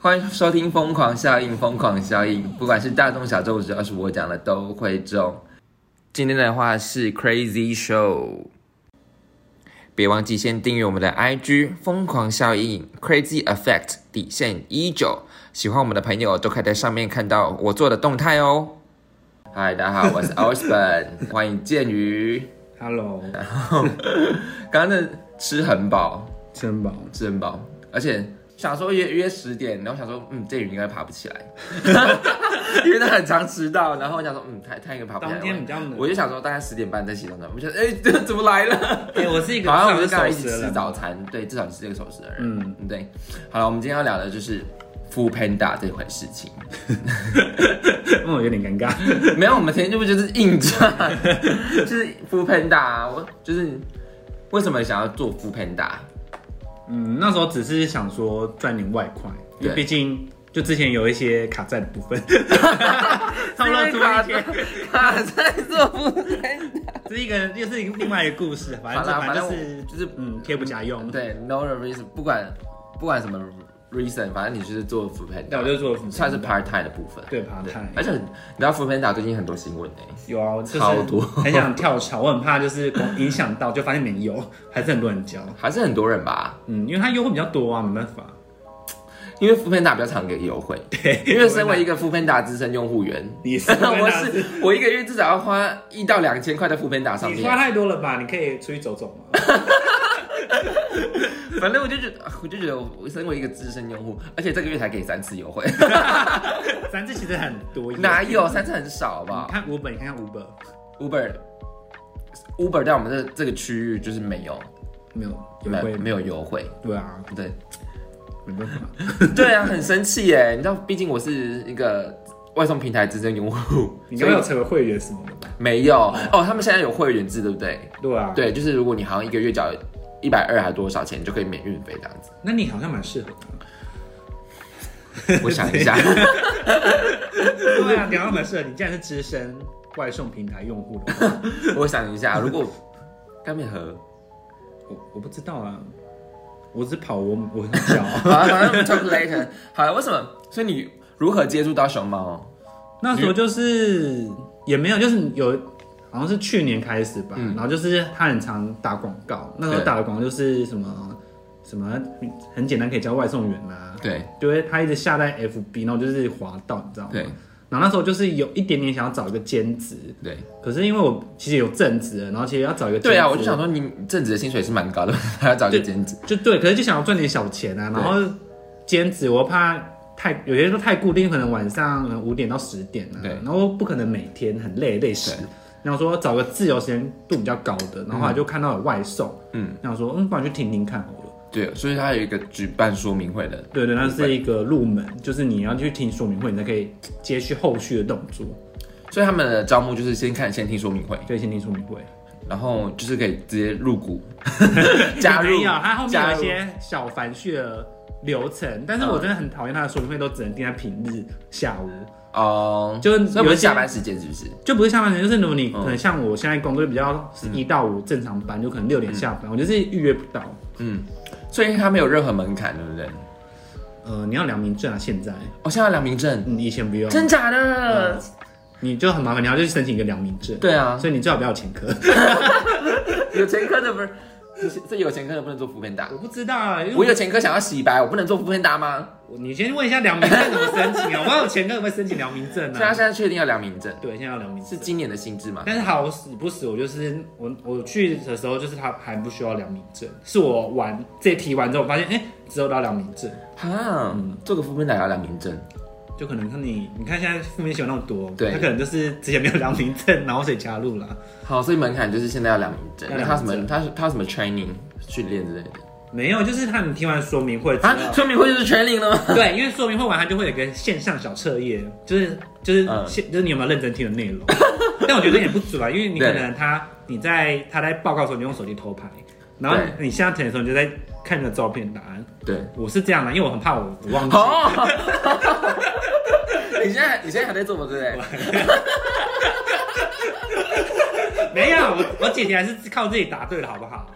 欢迎收听《疯狂效应》，疯狂效应，不管是大众小众，只要是我讲的都会中。今天的话是 Crazy Show，别忘记先订阅我们的 IG《疯狂效应》Crazy Effect 底线一九，喜欢我们的朋友都可以在上面看到我做的动态哦。嗨，大家好，我是 Osborn，欢迎剑鱼。 Hello，刚刚那吃很饱，珍宝，吃很饱，而且想说约约十点，然后想说，嗯，这鱼应该爬不起 来，因为他很常迟到。然后我想说，嗯，他他应该爬不起来。当天比较冷我就想说大概十点半再起床的。我觉得， 哎、这怎么来 了？哎、我是一个好像我至们少刚才是一守起时的吃人，早餐，对，至少你是这个守时的人，嗯嗯，对。好了，我们今天要聊的就是。Food Panda 这回事情，那我嗯有点尴尬。没有，我们前天就不就是硬 战，就是 Food Panda，、啊、我就是为什么想要做 Food Panda？ 嗯，那时候只是想说赚点外快，因对为毕竟就之前有一些卡债的部分，差不多出卡一些，卡在做 Food Panda。这是一个又是一个另外一个故事，反正好啦反正反就正是我就是嗯贴不家用。，对，no reason，不管不管什么 reason，反正你就是做 f o o p a n d 那我就做算是哎 part time 的部分。对 part time 而且你知道 f o o p a n d 最近很多新闻哎、有啊，我就是超多很想跳槽，我很怕就是影响到，就发现没有，还是很多人交。还是很多人吧，嗯，因为它优惠比较多啊，没办法。因为 f o o p a n d 比较常给优惠。对，因为身为一个 f o o p a n d 资深用户员，你是 我是我一个月至少要花一到两千块在 f o o p a n d 上你花面，太多了吧？你可以出去走走 嘛。反正我就觉得，我就觉得我身为一个资深用户，而且这个月才给三次优惠， 三次其实很多，哪有三次很少好不好你看五本，你看五本， ？Uber Uber 在我们这这个区域就是没有，没有有没会没有优惠，对啊，对没办法。 对啊，很生气耶！你知道，毕竟我是一个外送平台资深用户， 你所没有以成为会员什么的吧？没有哦。他们现在有会员制，对不对？对啊，。对，就是如果你好像一个月缴一百二还多少钱，你就可以免运费这 样子。那你好像啊蛮适合的。我想一下， 对啊，你好像蛮适合。你既然是资深外送平台用户的话，我想一下，如果干面盒，我我不知道啊，我只跑我我很小啊、 好了，反正我们 talk later。好了，为什么？所以你如何接触到熊猫？ 那时候就是也没有，就是有好像是去年开始吧，然后就是他很常打广告，那时候对打的广告就是什么什么很简单可以叫外送员啊啦、对就会他一直下在 FB，然后就是滑到，你知道吗？对然后那时候就是有一点点想要找一个兼职，对可是因为我其实有正职了，然后其实要找一个兼职对啊！我就想说，你正职的薪水是蛮高的， 还要找一个兼职。就对，可是就想要赚点小钱啊，然后兼职我又怕太有些时候太固定，可能晚上五点到十点啊，对然后不可能每天很累累死对。然后说找个自由时间度比较高的，然后后来就看到有外送，嗯，然后说嗯嗯，不然去听听看好了。对，所以他有一个举办说明会的，对对，那是一个入门，就是你要去听说明会，你才可以接续后续的动作。所以他们的招募就是先看先听说明会。对，先听说明会。然后就是可以直接入股， 加入没有，它后面加有入一些小繁序的流程，但是我真的很讨厌它的说明会都只能定在平日下午，哦，就所以我有们一些下班时间是不是？就不是下班时间，就是如果你嗯可能像我现在工作就比较是一到五正常班，就可能六点下班，我就是预约不到。嗯，所以它没有任何门槛，对不对？呃，你要良民证啊，现在哦，现在有良民证，嗯，以前不用，真假的？嗯你就很麻烦，你要去申请一个良民证。对啊，所以你最好不要有 前科。有前科的不是，这有前科的不能做副片打我。不知道啊，因我为有前科想要洗白，我不能做副片打吗？我你先问一下良民证怎么申请啊？我有前科，有没有申请良民证 所以他啊？现在确定要良民证，对，现在要良民是证。今年的新制吗？但是好死不死，我就是我我去的时候，就是他还不需要良民证，是我玩这题完之后，我发现哎、诶只有到良民证，哈，做个副片打要良民证，就可能看你你看现在负面新闻那么多，对他可能就是之前没有良民证，然后所以加入了，好，所以门槛就是现在要良民证。要那良他什民么？证他他有什么 training 训练之类的没有，就是他们听完说明会之后，啊？说明会就是 training 了吗？ 对，因为说明会完他就会有个线上小测验，就是就是嗯线、就是你有没有认真听的内 容，但我觉得也不准啊，因为你可能他你在他在报告的时候，你用手机偷拍，然后你下层的时候你就在看那个照片答案，对。我是这样的，因为我很怕我我忘记。好，哦 你现在你现在还在做哎吗？对不对？没有，我我姐姐还是靠自己答对了，好不好？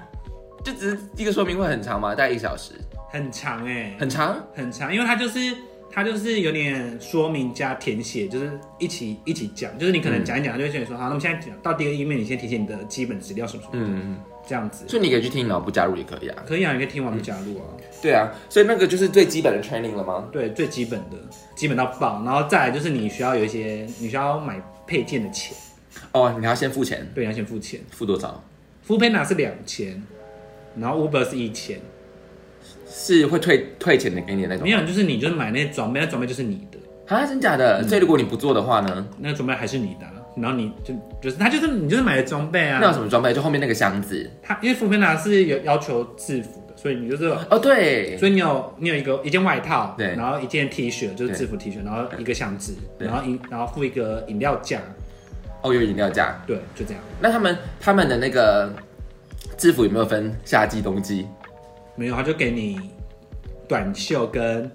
就只是一个说明会很长嘛，大概一小时，很长哎、很长。很长，因为它就是它就是有点说明加填写，就是一起一起讲，就是你可能讲一讲，它就会先说好，那我们现在讲到第二页面，你先填写你的基本资料什么什么的，嗯，这样子。所以你可以去听，然后不加入也可以啊。可以啊，你可以听完不加入啊，对啊，所以那个就是最基本的 training 了吗？对，最基本的，基本到爆。然后再来就是你需要有一些，你需要买配件的钱，哦，你还要先付钱，对，你要先付钱。付多少？ f o o p a n d a 是两千，然后 Uber 是一千，是会退退钱的给你的那种没？有，就是你就是买那些装备，那装备就是你的，啊，真假的？所以如果你不做的话呢？那装备还是你的啊、然后你就就是他就是你就是买的装备那有啊，什么装备？就后面那个箱子。他因为 f o o p a n d a 是有要求制服的，所以你就是。哦，对，所以你有你有一个一件外套，对然后一件 T 恤就是制服 T 恤，然后一个相纸，对然后饮然后附一个饮料架，哦，有饮料架。对，就这样，那他们他们的那个制服有没有分夏季、冬季？没有他就给你短袖跟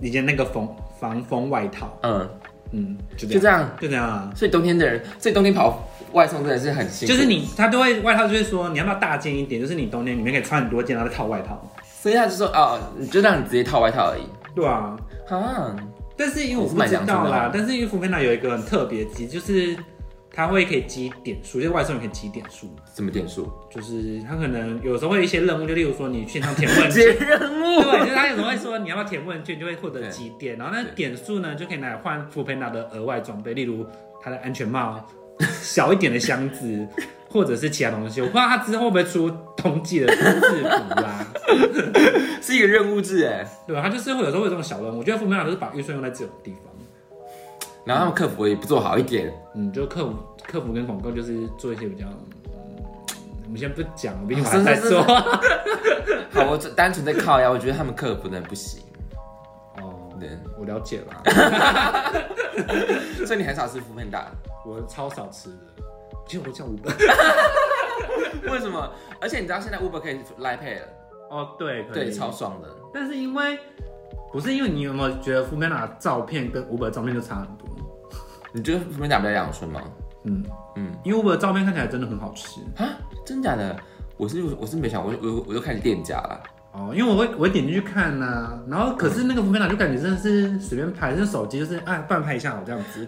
一件那个防防风外套，嗯，嗯，就就这样，这样。就这样啊。所以冬天的人，所以冬天跑外送真的是很辛苦。就是，你，他都会外套就会说你要不要大件一点，就是你冬天里面可以穿很多件，然后再套外套。所以他就说哦，你就让你直接套外套而已。对啊，啊，但是因为我你是不买知两道件的啊吗啦，但是因为福菲娜有一个很特别机，就是它会可以积点数，就是外送也可以积点数，什么点数？就是它可能有时候会有一些任务，就例如说你线上填 问接卷，任务。对，就是它有时候会说你要不要填问卷，就会获得几点，然后那对点数呢就可以拿来换福菲娜的额外装备，例如它的安全帽、小一点的箱子。或者是其他东西，我不知道它之后会不会出冬季的制服啦、是一个任务制哎。对吧？他就是会有时候会有这种小任务，我觉得负面老师把预算用在这种地方，然后他们客服也不做好一点，嗯，就客服、客服跟广告就是做一些比较，嗯、我们先不讲，毕竟我啊还在是是做。 好，我只单纯在靠呀，我觉得他们客服真的不行。哦，对，我了解了，所以你很少吃福面大，我超少吃的，其实我叫五本。为什么？而且你知道现在 Uber 可以来配了，哦，对，可以对，超。爽的。但是因为不是因为你有没有觉得富美娜照片跟五本照片就差很多？你觉得福面大比较养生吗？嗯嗯嗯，因为五本照片看起来真的很好吃啊，真假的？我是我是没想过，我我我就开始店家了。哦，因为我会我会点进去看呐、然后可是那个福美娜就感觉真的是随便拍，就是手机就是哎，不然拍一下好这样子，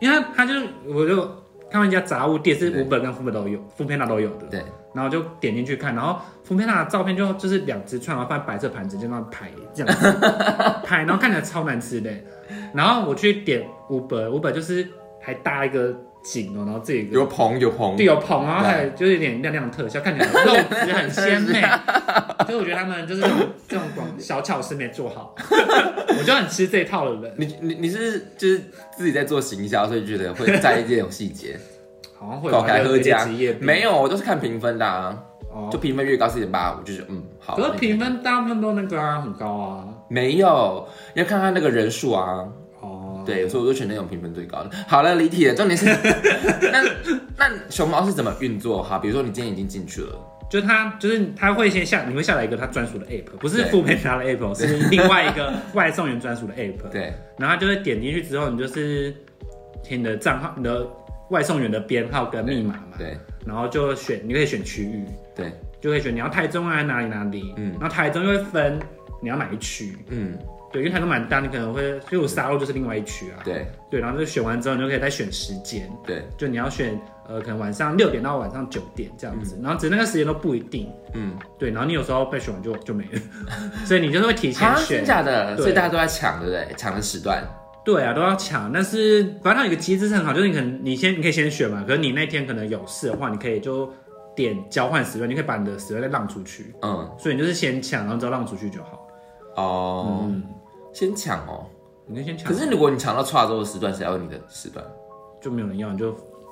因为他他就我就看到人家杂物店是对五本跟福美都有，福美娜都有的，对，然后就点进去看，然后福美娜的照片就就是两只串，然后放在白色盘子就那样拍 这样子拍，然后看起来超难吃的，然后我去点五本，五本就是还搭一个景哦，然后这个有棚有棚对，，有捧，然后对还有就是有点亮亮的特效，看起来肉质很鲜 美，所以我觉得他们就是这种这种广小巧思没做好， 我就很吃这一套的人，你你你是就是自己在做行销，所以觉得会在意这种细节。好像会搞改喝家家职业病没有，我都是看评分的、啊，哦就，评分越高四点八，我就觉得嗯好。可那是个评分大部分都那个啊很高啊，没有，你要看看那个人数啊。哦，对，所以我就选那种评分最高的。好了，离题了，重 点是那那熊猫是怎么运作？哈，比如说你今天已经进去了，就他就是他会先下，你会下载一个他专属的 app，不是对富美达 的 app，是另外一个外送员专属的 app，对，然后他就会点进去之后，你就是填你的账号、你的外送员的编号跟密码嘛，对然后就选，你可以选区域，对，就可以选你要台中啊，哪里哪里，嗯嗯，然后台中就会分你要哪一区，嗯，对，因为台中蛮大，你可能会，就有沙漏就是另外一区啊，对对，然后就选完之后，你就可以再选时间，对，就你要选，呃，可能晚上六点到晚上九点这样子，然后只是那个时间都不一定，嗯，对，然后你有时候被选完就就没了， 所以你就是会提前啊，真选，假的？对所以大家都在抢，对不对？抢的时段，对啊，都要抢，但是反正它有一个机制是很好，就是你可能你先你可以先选嘛，可是你那天可能有事的话，你可以就点交换时段，你可以把你的时段再让出去。嗯，所以你就是先抢，然后之后让出去就好。哦，嗯，先抢哦。你可以先抢，可是如果你抢到跨州的时段，谁要你的时段？就没有人要，你就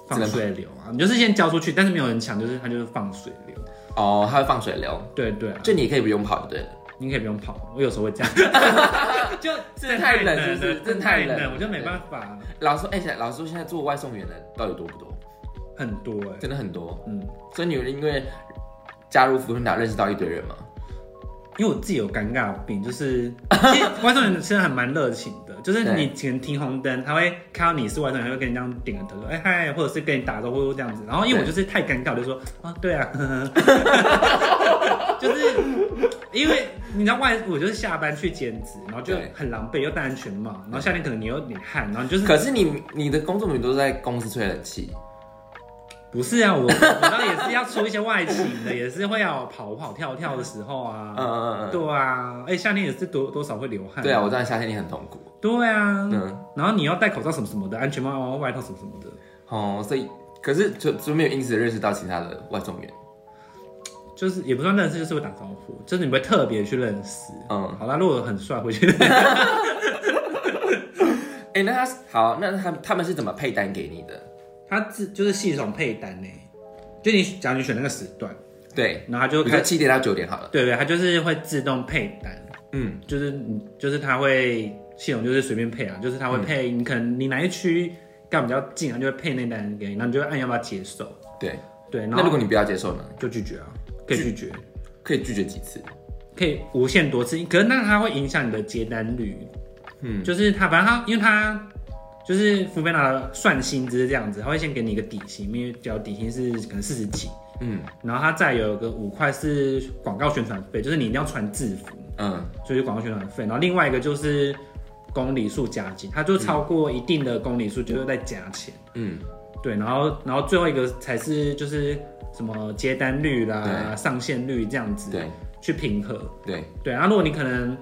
放只能水流啊，你就是先交出去，但是没有人抢，就是他就是放水流。哦，他会放水流，对对啊，就你也可以不用跑，就对了。你可以不用跑，我有时候会这样，就 这这太冷 是不是这这太太冷冷，我就没办法，老师，哎、老师说现在做外送员的到底多不多？很多哎、真的很多。嗯，所以你有因为加入福平达认识到一堆人吗？因为我自己有尴尬病， 就是其实外送员其实还蛮热情的，就是对你可能停红灯，他会看到你是外送员，他会跟你这样点个头说哎嗨，或者是跟你打招呼这样子。然哦 后因为我就是太尴尬，我就说啊对啊，呵呵就是因为你知道外，我就是下班去兼职，然后就对很狼狈，又戴安全帽，然后夏天可能你又有点汗，然后你就是可是你你的工作你都在公司吹冷气，不是啊？我我知道也是要出一些外勤的，也是会要跑跑跳跳的时候啊嗯。嗯嗯嗯，对啊，哎、夏天也是多多少会流汗。对啊，我知道夏天你很痛苦，对啊，嗯，然后你要戴口罩什么什么的，安全帽啊、外套什么什么的。哦，所以可是就就没有因此认识到其他的外送员，就是也不算认识，就是会打招呼，就是你不会特别去认识。嗯，好啦，如果很帅，回去哎、那他好，那他他们是怎么配单给你的？ 他自就是系统配单呢，就你假如你选那个时段，对，然后他就比如说开，七点到九点好了，对对，他就是会自动配单，嗯，就是你就是他会系统就是随便配啊，就是他会嗯配、你可能你哪一区干比较近，他就会配那单给你，然后你就按要不要接受，对。对，然那如后果你不要接受呢？就拒绝啊，可以拒绝，可以拒绝几次？可以无限多次，可是那它会影响你的接单率，嗯，就是他，反正他，因为他就是福贝纳算薪资这样子，他会先给你一个底薪，因为只要底薪是可能四十几，嗯然后他再有个五块是广告宣传费，就是你一定要穿制服，嗯，所以就广告宣传费，然后另外一个就是公里数加金，他就超过一定的公里数就会再加钱，嗯，对，然后然后最后一个才是就是什么接单率啦、对上线率这样子对去平衡，对，对，然后如果你可能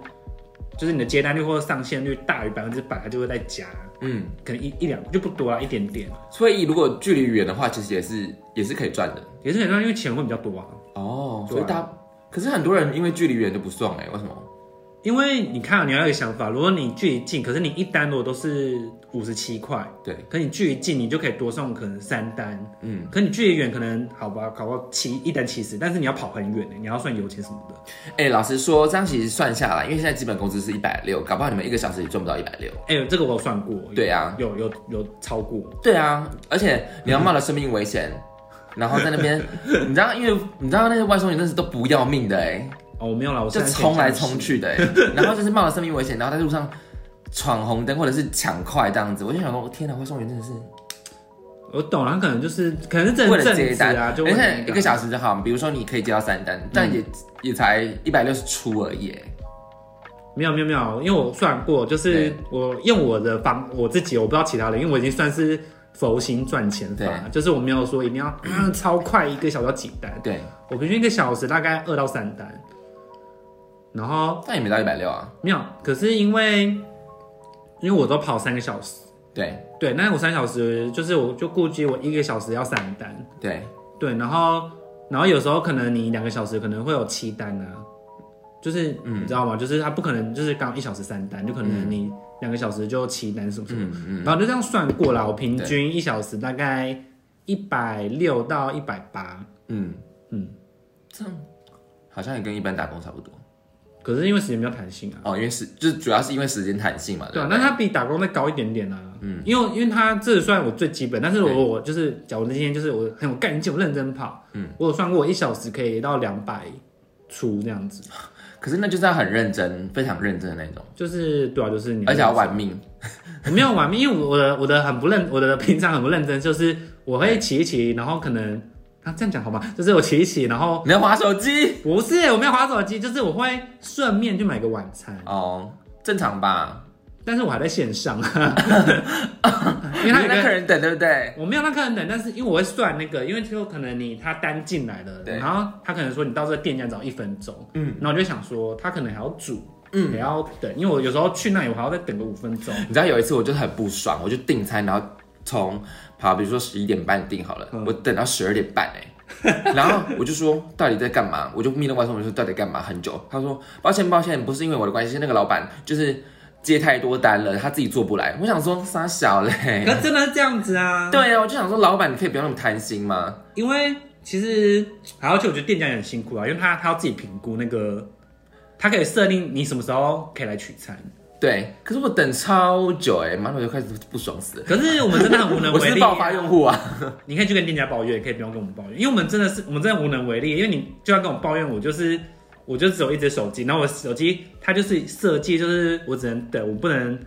就是你的接单率或者上线率大于百分之百，它就会再加。嗯，可能一一两就不多啦，一点点，所以如果距离远的话，其实也是也是可以赚的也是很多，因为钱会比较多啊。哦。对所以大家，可是很多人因为距离远就不送哎、为什么？因为你看啊，你要有一个想法，如果你距离近，可是你一单如果都是五十七块，对，可你距离近，你就可以多送可能三单，嗯，可你距离远，可能好吧，搞到七一单七十，但是你要跑很远、欸、你要算油钱什么的。哎、老实说，这样其实算下来，因为现在基本工资是一百六，搞不好你们一个小时也赚不到一百六。哎、这个我有算过，有对啊，有有有超过，对啊，而且你要冒了生命危险，然后在那 边，你知道，因为你知道那些外送员真是都不要命的哎、哦，我没有啦，我就冲来冲，去的、欸， 然后就是冒了生命危险，然后在路上闯红灯或者是抢快这样子，我就想说，天哪，啊外送员真的是我懂了，他可能就是可能是为正了正接职单，哎啊，就而且一个小时，时就好，比如说你可以接到三单，但嗯也、也才一百六十出而已欸、没有没有没有，因为我算过，就是对我用我的方我自己，我不知道其他人，因为我已经算是佛心赚钱法，对就是我没有说一定要、 嗯超快一个小时要几单，对，我平均一个小时大概二到三单，然后但也没到一百六啊，没有，可是因为因为我都跑三个小时，对对，那我三小时就是我就估计我一个小时要三单，对，对，然后然后有时候可能你两个小时可能会有七单啊，就是、嗯你知道吗？就是他不可能就是刚好一小时三单，就可能你两个小时就七单什么什么，嗯嗯，然后就这样算过了，我平均一小时大概一百六到一百八，嗯嗯嗯，这样好像也跟一般打工差不多可是因为时间比较弹性啊，哦，因为是就是主要是因为时间弹性嘛，对对啊不，对那它比打工再高一点点啊，嗯，因为因为它这虽然我最基本，但是对我我就是假如那今天就是我很有干劲，我认真跑，嗯，我有算过我一小时可以到两百出这样子，可是那就是要很认真，非常认真的那种，就是对啊，就是你而且要玩命，我没有玩命，因为我的我的很不认，我的平常很不认真，就是我会骑一骑，然后可能啊这样讲好吗？就是我骑一骑，然后你要划手机不是我没有划手机，就是我会顺便去买个晚餐，哦，正常吧？但是我还在线上，因为他有一那客 个人等，对不对？我没有让客人等，但是因为我会算那个，因为就可能你他单进来了，对然后他可能说你到这个店家只要一分钟，嗯嗯，然后我就想说他可能还要煮，嗯，嗯还要等，因为我有时候去那里我还要再等个五分钟。 你知道有一次我就很不爽，我就订餐，然后从好，比如说十一点半订好了，嗯我等到十二点半哎、 然后我就说到底在干嘛？我就密那外送员说到底干嘛？很久，他说抱歉抱歉，不是因为我的关系，是那个老板就是接太多单了，他自己做不来。我想说傻小嘞 可，是真的是这样子啊，对啊，我就想说老板你可以不要那么贪心吗？因为其实，而且我觉得店家也很辛苦啊，因为他他要自己评估那个，他可以设定你什么时候可以来取餐。对，可是我等超久哎、马上我就开始不爽死了。可是我们真的很无能我为是力、爆发用户啊，你可以去跟店家抱怨，也可以不用跟我们抱怨，因为我们真的是我们真的无能为力。因为你就要跟我抱怨，我就是我就只有一只手机，然后我手机它就是设计就是我只能等，我不能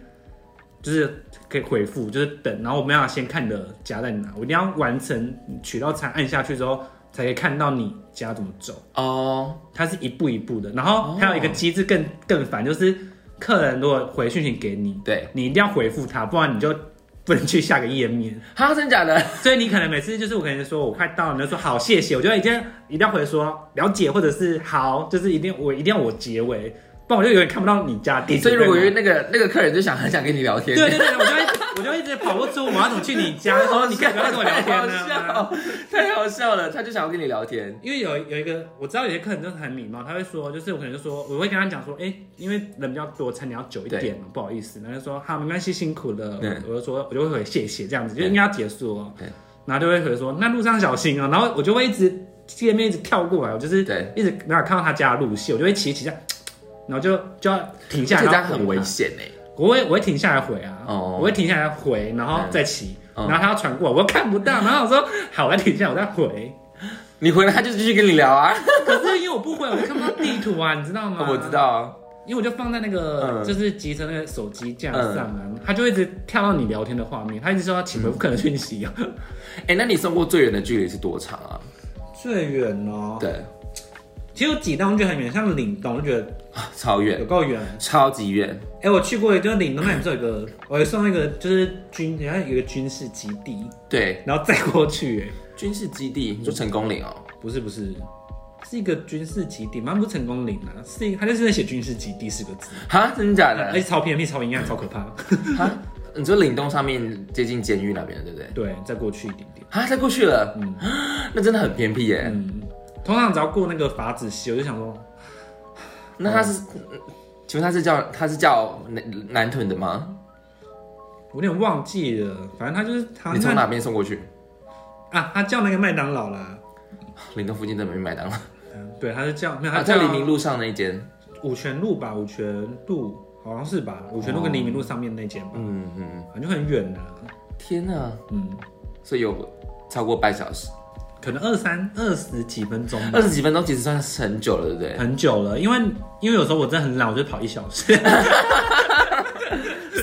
就是可以回复，就是等，然后我们要先看你的夹在哪，我一定要完成你取到餐按下去之后，才可以看到你家怎么走。哦，它是一步一步的。然后还有一个机制更更烦，就是客人如果回讯息给你，对，你一定要回复他，不然你就不能去下个页面。 哈，真假的？所以你可能每次就是我可能说我哦快到了，你就说好谢谢，我就一定一定要回说了解或者是好，就是一定我一定要我结尾，不然我就有点看不到你家地址。哎所以如果对有吗那个那个客人就想很想跟你聊天，对啊对对，我就会我就一直跑不出，我要怎么去你家？说哦你可以不要跟我聊天啊呢、太好笑，哦太好笑了，他就想要跟你聊天。因为有有一个我知道有些客人就是很礼貌，他会说，就是我可能就说，我会跟他讲说，哎、因为人比较多，菜你要久一点嘛，不好意思，然后就说好，没关系，辛苦了，对我就说我就会回谢谢这样子，就对应该要结束哦对，然后就会回说那路上小心哦，然后我就会一直界面一直跳过来，我就是对一直没有看到他家的路线，我就会骑一骑这样，然后就就要停下来，这然样后回很危他险哎、我会我会停下来回啊，哦我会停下来回，然后再骑，嗯嗯然后他要传过来，我看不到，然后我说好，我再停下来，我再回。你回来他就继续跟你聊 啊，可是因为我不回，我就看不到地图啊，你知道吗？我知，道啊，因为我就放在那个、嗯就是集成那个手机架上啊，他就一直跳到你聊天的画面，他一直说要请回复客人讯息啊。哎、那你送过最远的距离是多长啊？最远哦，对，其实有几栋就很远，像岭东就觉得啊超远有，够远。超级远。哎、我去过，就是岭东那里不是有一个，我有送一个就是军，人家有一个军事基地，对，然后再过去、军事基地，你说成功岭哦，哎，不是不是。是一个军事基地吗？不是成功岭啊，是一个，他就是在写军事基地四个字，哈，真的假而且的？超偏僻、超阴暗、超可怕。哈，你说岭东上面接近监狱那边，对不对？对，再过去一点点。啊，再过去了， 那真的很偏僻耶、嗯，通常只要过那个法子溪，我就想说，那他是，请问他是叫他是叫南南屯的吗？我有点忘记了，反正他就是他你从那哪边送过去？ 啊，他叫那个麦当劳啦，岭东附近真的没麦当劳，嗯对，他是叫没有，啊，他在叫黎明路上那一间。五泉路吧，五泉路好像是吧，五泉路跟黎明路上面那间吧，哦嗯嗯，反正就很远啦，天哪，嗯，所以有超过半小时，可能二三二十几分钟吧二。十几分钟，其实算是很久了，对不 对？很久了，因为因为有时候我真的很懒，我就跑一小 时。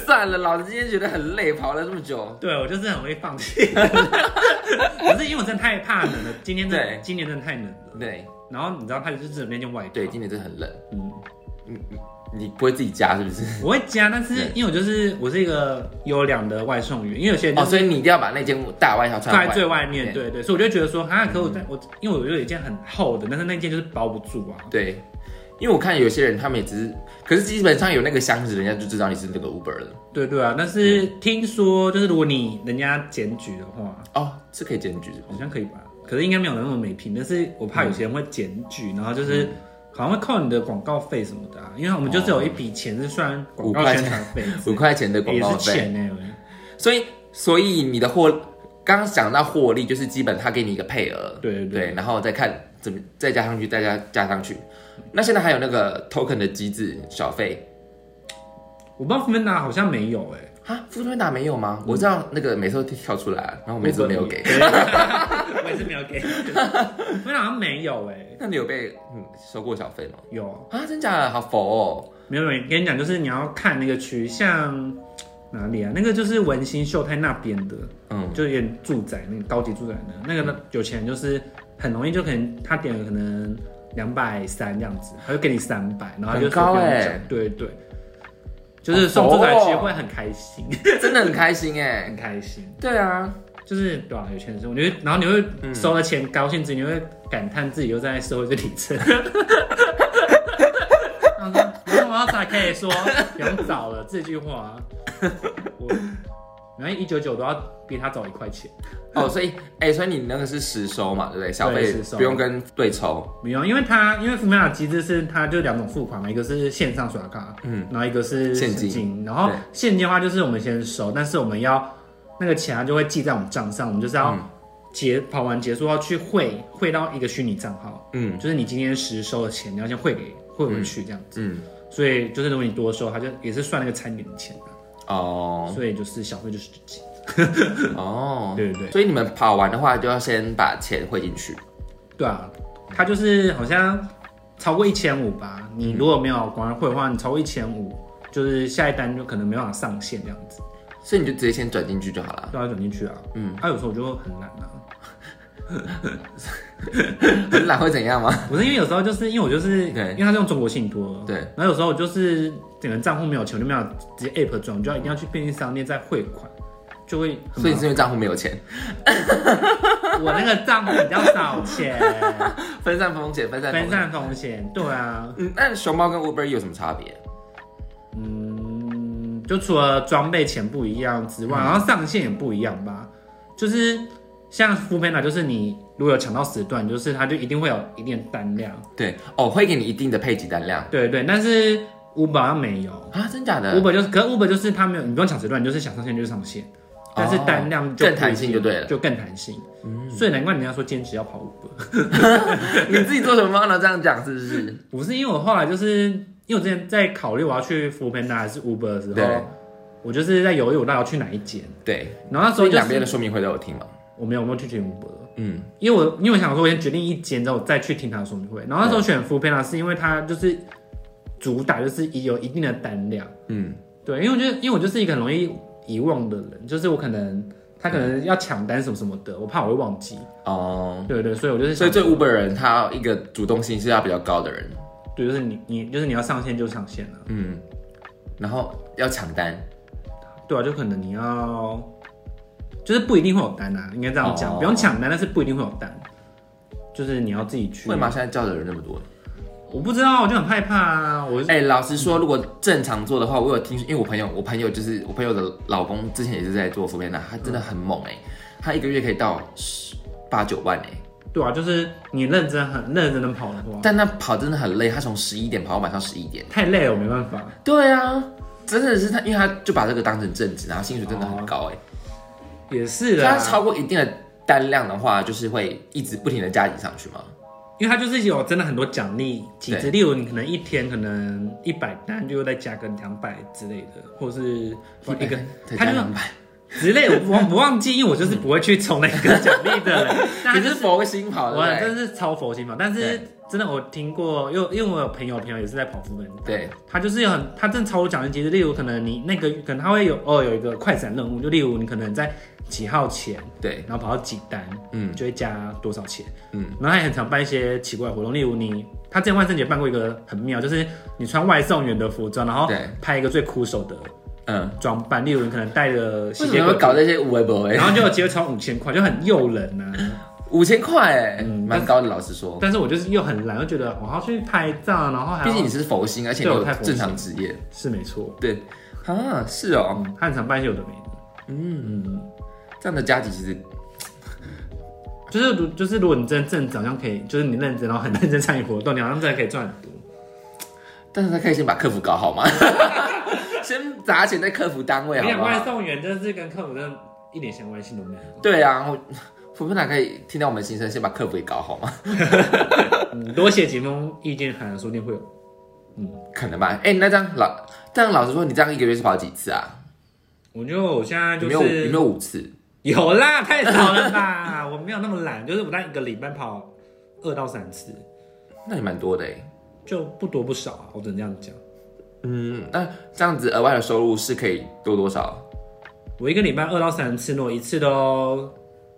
算了，老子今天觉得很累，跑了这么久。对我就是很容易放 弃，可是因为我真的太怕冷了，今天真的对今年真的太冷了。对然后你知道，他就是只有那件外套，对，今年真的很冷，嗯，你不会自己加是不是？我会加，但是对因为我就是我是一个优良的外送员，因为有些人就哦，是所哎以你一定要把那件大外套穿放到在最外面，对对对，所以我就觉得说，啊，可我在我因为我就有一件很厚的，但是那件就是包不住啊。对，因为我看有些人他们也只是，可是基本上有那个箱子，人家就知道你是那个 Uber 了。对对啊，但是听说就是如果你人家检举的话，哦，是可以检举的。好像可以吧？可是应该没有那么没品，但是我怕有些人会检举，然后就是。嗯好像会扣你的广告费什么的、啊，因为我们就是有一笔钱是算广告宣传费，五块钱的广也告是费，钱哎、所以所以你的获，刚刚讲到获利，就是基本他给你一个配额，对对对对，然后再看怎么再加上去，再加加上去。那现在还有那个 token 的机制小费我不知道芬达好像没有哎、啊，富瑞达没有嗯吗？我知道那个每次都跳出来，然后我每次都没有给。 我也是没有给，我好像没有哎、那你有被嗯收过小费吗？有啊，真假的好佛哦，没有没有？跟你讲，就是你要看那个区，像哪里啊？那个就是文心秀泰那边的，嗯，就有点住宅，那个高级住宅的，那个有钱人就是很容易就可能他点了可能两百三这样子，他就给你三百，然后他就很高随便欸讲对对，就是送住宅区会很开心，真的很开心哎。很开心。对啊，就是对吧、有钱人生活，你会，然后你会收了钱高兴之余，你会感叹自己又在社会最底层。然后说然后我要才可以 说不用找了这句话，啊我然后一九九都要比他早一块钱， 哦，所以哎、所以你那个是实收嘛，对不对？小对费实收不用跟对抽，没有，因为他因为福美雅机制是它就两种付款嘛，一个是线上刷卡，嗯嗯，然后一个是现实金然后对现金的话就是我们先收，但是我们要那个钱它啊就会记在我们账上，我们就是要嗯结、跑完结束要去汇汇到一个虚拟账号。嗯就是你今天实收的钱，你要先汇给汇回去这样子。嗯，所以就是如果你多收，他就也是算那个餐点的钱啊、哦所以就是小费就是这几哦，对对对，所以你们跑完的话，就要先把钱汇进去。对啊，他就是好像超过一千五吧，你如果没有广而汇的话，你超过一千五，就是下一单就可能没办法上线这样子，所以你就直接先转进去就好了。都要转进去啊。嗯嗯，他、有时候我就很懒啊。很懒会怎样吗？不是因为有时候就是因为我就是对因为他是用中国信 托，对然后有时候我就是整个账户没有钱，我就没有直接 app 转，我就要一定要去便利商店再汇款，就会很所以麻你是因为账户没有钱，烦。我那个账户比较少钱， 分散风险，分散风分险。散风险，对啊，嗯，那熊猫跟 Uber 有什么差别？嗯就除了装备钱不一样之外，嗯然后上限也不一样吧，就是。像 f o o p a n d a 就是你如果有抢到时段，就是它就一定会有一定的单量，对哦，会给你一定的配给单量对对。但是 Uber 好像没有，啊，真假的？ Uber 就是，可是 Uber 就是它没有，你不用抢时段，你就是想上线就是上线，但是单量就哦更弹性就对了嗯就更弹性。所以难怪人家说兼职要跑 Uber， 你自己做什么呢？这样讲是不是？不是因为我后来就是因为我之前在考虑我要去 f o o Panda 还是 Uber 的时对候，我就是在犹豫我到底要去哪一间，对，然后那时所候以就两边的是说明会都有听嘛。我没有我没有去选 Uber，嗯，因为我因为我想说我先决定一间之后我再去听他的说明会，然后那时候选 f o o Panda 是因为它就是主打就是有一定的单量。嗯，对，因为我觉得，因为我就是一个很容易遗忘的人，就是我可能他可能要抢单什么什么的，我怕我会忘记。哦，对对，所以我就是所想以，这 Uber 人他一个主动性是要比较高的人，对，啊就是你你就是你要上线就上线了，嗯，然后要抢单，对啊，就可能你要就是不一定会有单啊，应该这样讲，哦不用抢单，但是不一定会有单，就是你要自己去。为嘛？现在叫的人那么多？我不知道，我就很害怕啊，我哎、老实说，如果正常做的话，我有听说，因为我朋友，我朋友就是我朋友的老公，之前也是在做福片娜，他真的很猛哎、他一个月可以到十八九万哎、对啊，就是你认真很认真的跑的话，但他跑真的很累，他从十一点跑到晚上十一点。太累了，我没办法。对啊，真的是他，因为他就把这个当成正职，然后薪水真的很高哎、也是所以他啦，超过一定的单量的话，就是会一直不停的加紧上去嘛。因为它就是有真的很多奖励机制，例如你可能一天可能一百单，就再加个两百之类的，或是一个才他加就两百，之类的，我忘不忘记，因为我就是不会去冲那个奖励的人。但你 就是佛心跑我的真是超佛心嘛，但是真的我听过，因为因为我有朋友朋友也是在跑副本，对，他就是有很他真的超多奖励机制，例如可能你那个可能他会有哦有一个快闪任务，就例如你可能在几号前，对，然后跑到几单，嗯就会加多少钱。嗯，然后他也很常办一些奇怪的活动，例如你，他之前万圣节办过一个很妙，就是你穿外送员的服装，然后对拍一个最苦手的嗯，装扮，例如你可能戴着为吸什么血要鬼，搞欸这些无为不为然？后就有机会超五千块，就很诱人啊。五千块哎，嗯蛮高的，老实说。 但是我就是又很懒，又觉得我要去拍照，然后还哦毕竟要你是佛心，而且你对有我太佛正心常职业，是没错，对啊，是哦，嗯，他很常办一些有的没的，嗯，这样的加级其实就是如就是如果你真的正好像可以，就是你认真然后很认真参与活动，你好像真的可以赚很多。但是他可以先把客服搞好吗？ 先砸钱在客服单位啊好你想不外好？送员真的是跟客服真的一点相关性都没有。对啊，我福布哪可以听到我们心声，先把客服给搞好吗？ 嗯，多写几封意见函，说不定会有。可能吧。哎、那这样老，这样老实说，你这样一个月是跑几次啊？我就我现在有就没有有是没有五次？有啦，太少了吧？ 我没有那么懒，就是我在一个礼拜跑二到三次，那也蛮多的哎、就不多不少啊，我只能这样讲。嗯，那这样子额外的收入是可以多多少？我一个礼拜二到三次，我一次都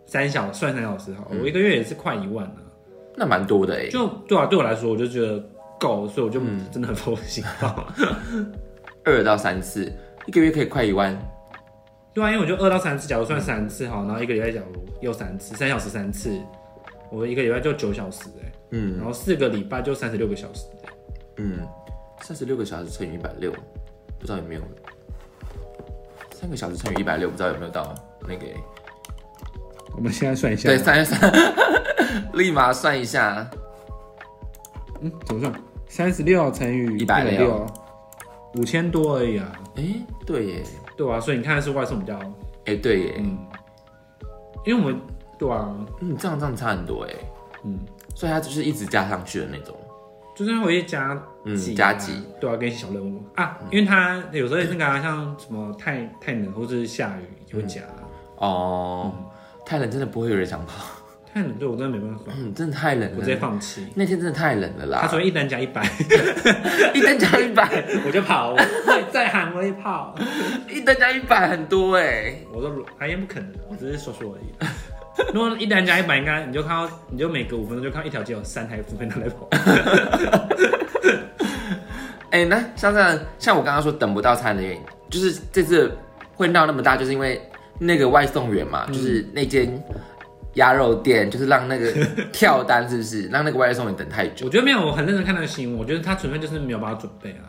三小算三小时嗯好了，我一个月也是快一万了、那蛮多的哎、就对啊，对我来说，我就觉得够，所以我就嗯真的很佛心。二到三次，一个月可以快一万。对啊，因为我就二到三次，假如算三次好，然后一个礼拜假如又三次，三小时三次，我一个礼拜就九小时哎、嗯然后四个礼拜就三十六个小时、欸，嗯，三十六个小时乘以一百六，不知道有没有？三个小时乘以一百六，不知道有没有到那个欸、我们现在算一下，对，三三， 立马算一下，嗯，怎么算？三十六乘以160，五千多而已啊。哎、对耶，对啊，所以你看是外送比较，哎、对耶，嗯，因为我们对啊，嗯，这样这样差很多哎，嗯，所以它就是一直加上去的那种，就是会加嗯几、啊加几，对啊，跟一些小任务啊，因为它有时候也那个、啊、像什么太太冷或者是下雨也会加啊、哦，嗯太冷真的不会有人想跑， 太冷对我真的没办法，嗯，真的太冷我直接了，放弃。那天真的太冷了他啦，说一单加一百， 一等加一百，我就跑，我会再喊我一跑。哎一等加一百很多哎，我说还也不可能，我只是说说而已。如果一单加一百，应该你就看到，你就每隔五分钟就看到一条街有三台福片在跑。哎、那像这样，像我刚刚说等不到餐的原因，就是这次会闹那么大，就是因为那个外送员嘛，就是嗯那间鸭肉店，就是让那 个跳单，是不是让那个外送员等太久？我觉得没有，我很认真看那个新闻，我觉得他纯粹就是没有办法准备啊，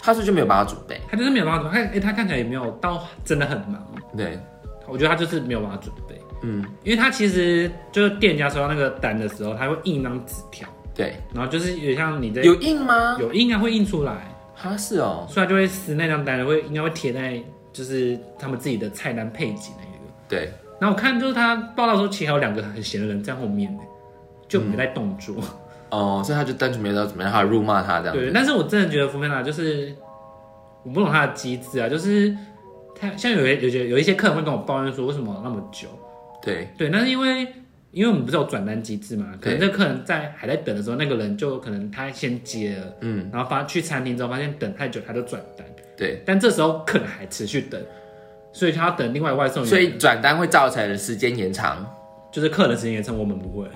他是不是就没有帮他准备，他就是没有办法准备。他哎、他看起来也没有到真的很忙，对，我觉得他就是没有办法准备，嗯，因为他其实就是店家收到那个单的时候，他会印一张纸条，对，然后就是有点像你的有印吗？有印啊，会印出来，哈，是哦，所以他就会撕那张单，会应该会贴在就是他们自己的菜单配景那个。对，然后我看就是他报道说，其实还有两个很闲的人在后面呢，就没在动作。哦，所以他就单纯没有知道怎么样，他辱骂他这样对，子，但是我真的觉得福菲娜就是我不懂他的机制啊，就是他像有些有些有一些客人会跟我抱怨说，为什么那么久？对，对，那是因为因为我们不是有转单机制嘛，可能对这客人在还在等的时候，那个人就可能他先接了，嗯，然后发去餐厅之后发现等太久，他就转单，对，但这时候客人还持续等，所以他要等另外外送员，所以转单会造成时间延长，就是客人时间延长，我们不会，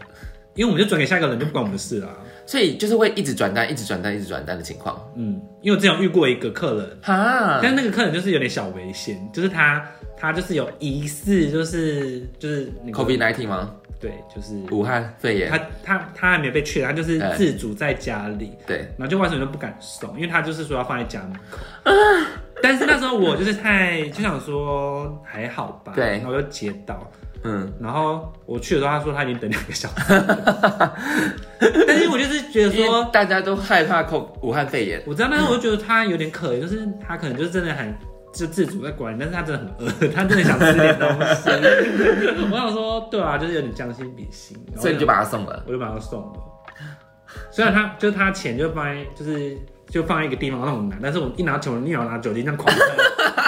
因为我们就转给下一个人，就不管我们的事啦。所以就是会一直转单，一直转单，一直转单的情况，嗯，因为我之前有遇过一个客人。哈，但那个客人就是有点小危险，就是他他就是有疑似就是就是那个 COVID nineteen 吗？对，就是武汉肺炎，他他他还没有被确诊，他就是哎自主在家里，对，然后就外省人都不敢送，因为他就是说要放在家门口。啊但是那时候我就是太就想说还好吧，对然后我就接到，嗯，然后我去的时候他说他已经等两个 小时了，但是我就是觉得因说为大家都害怕口武汉肺炎，我知道，但是我就觉得他有点可怜，就是他可能就是真的很就自主在管理，但是他真的很饿，他真的想吃点东西。我想说，对啊，就是有点将心比心，然后所以你就把它送了。我就把他送了。虽然他就是他钱就放在就是就放在一个地方那种拿，但是我一拿球，立马拿酒精这样狂喝，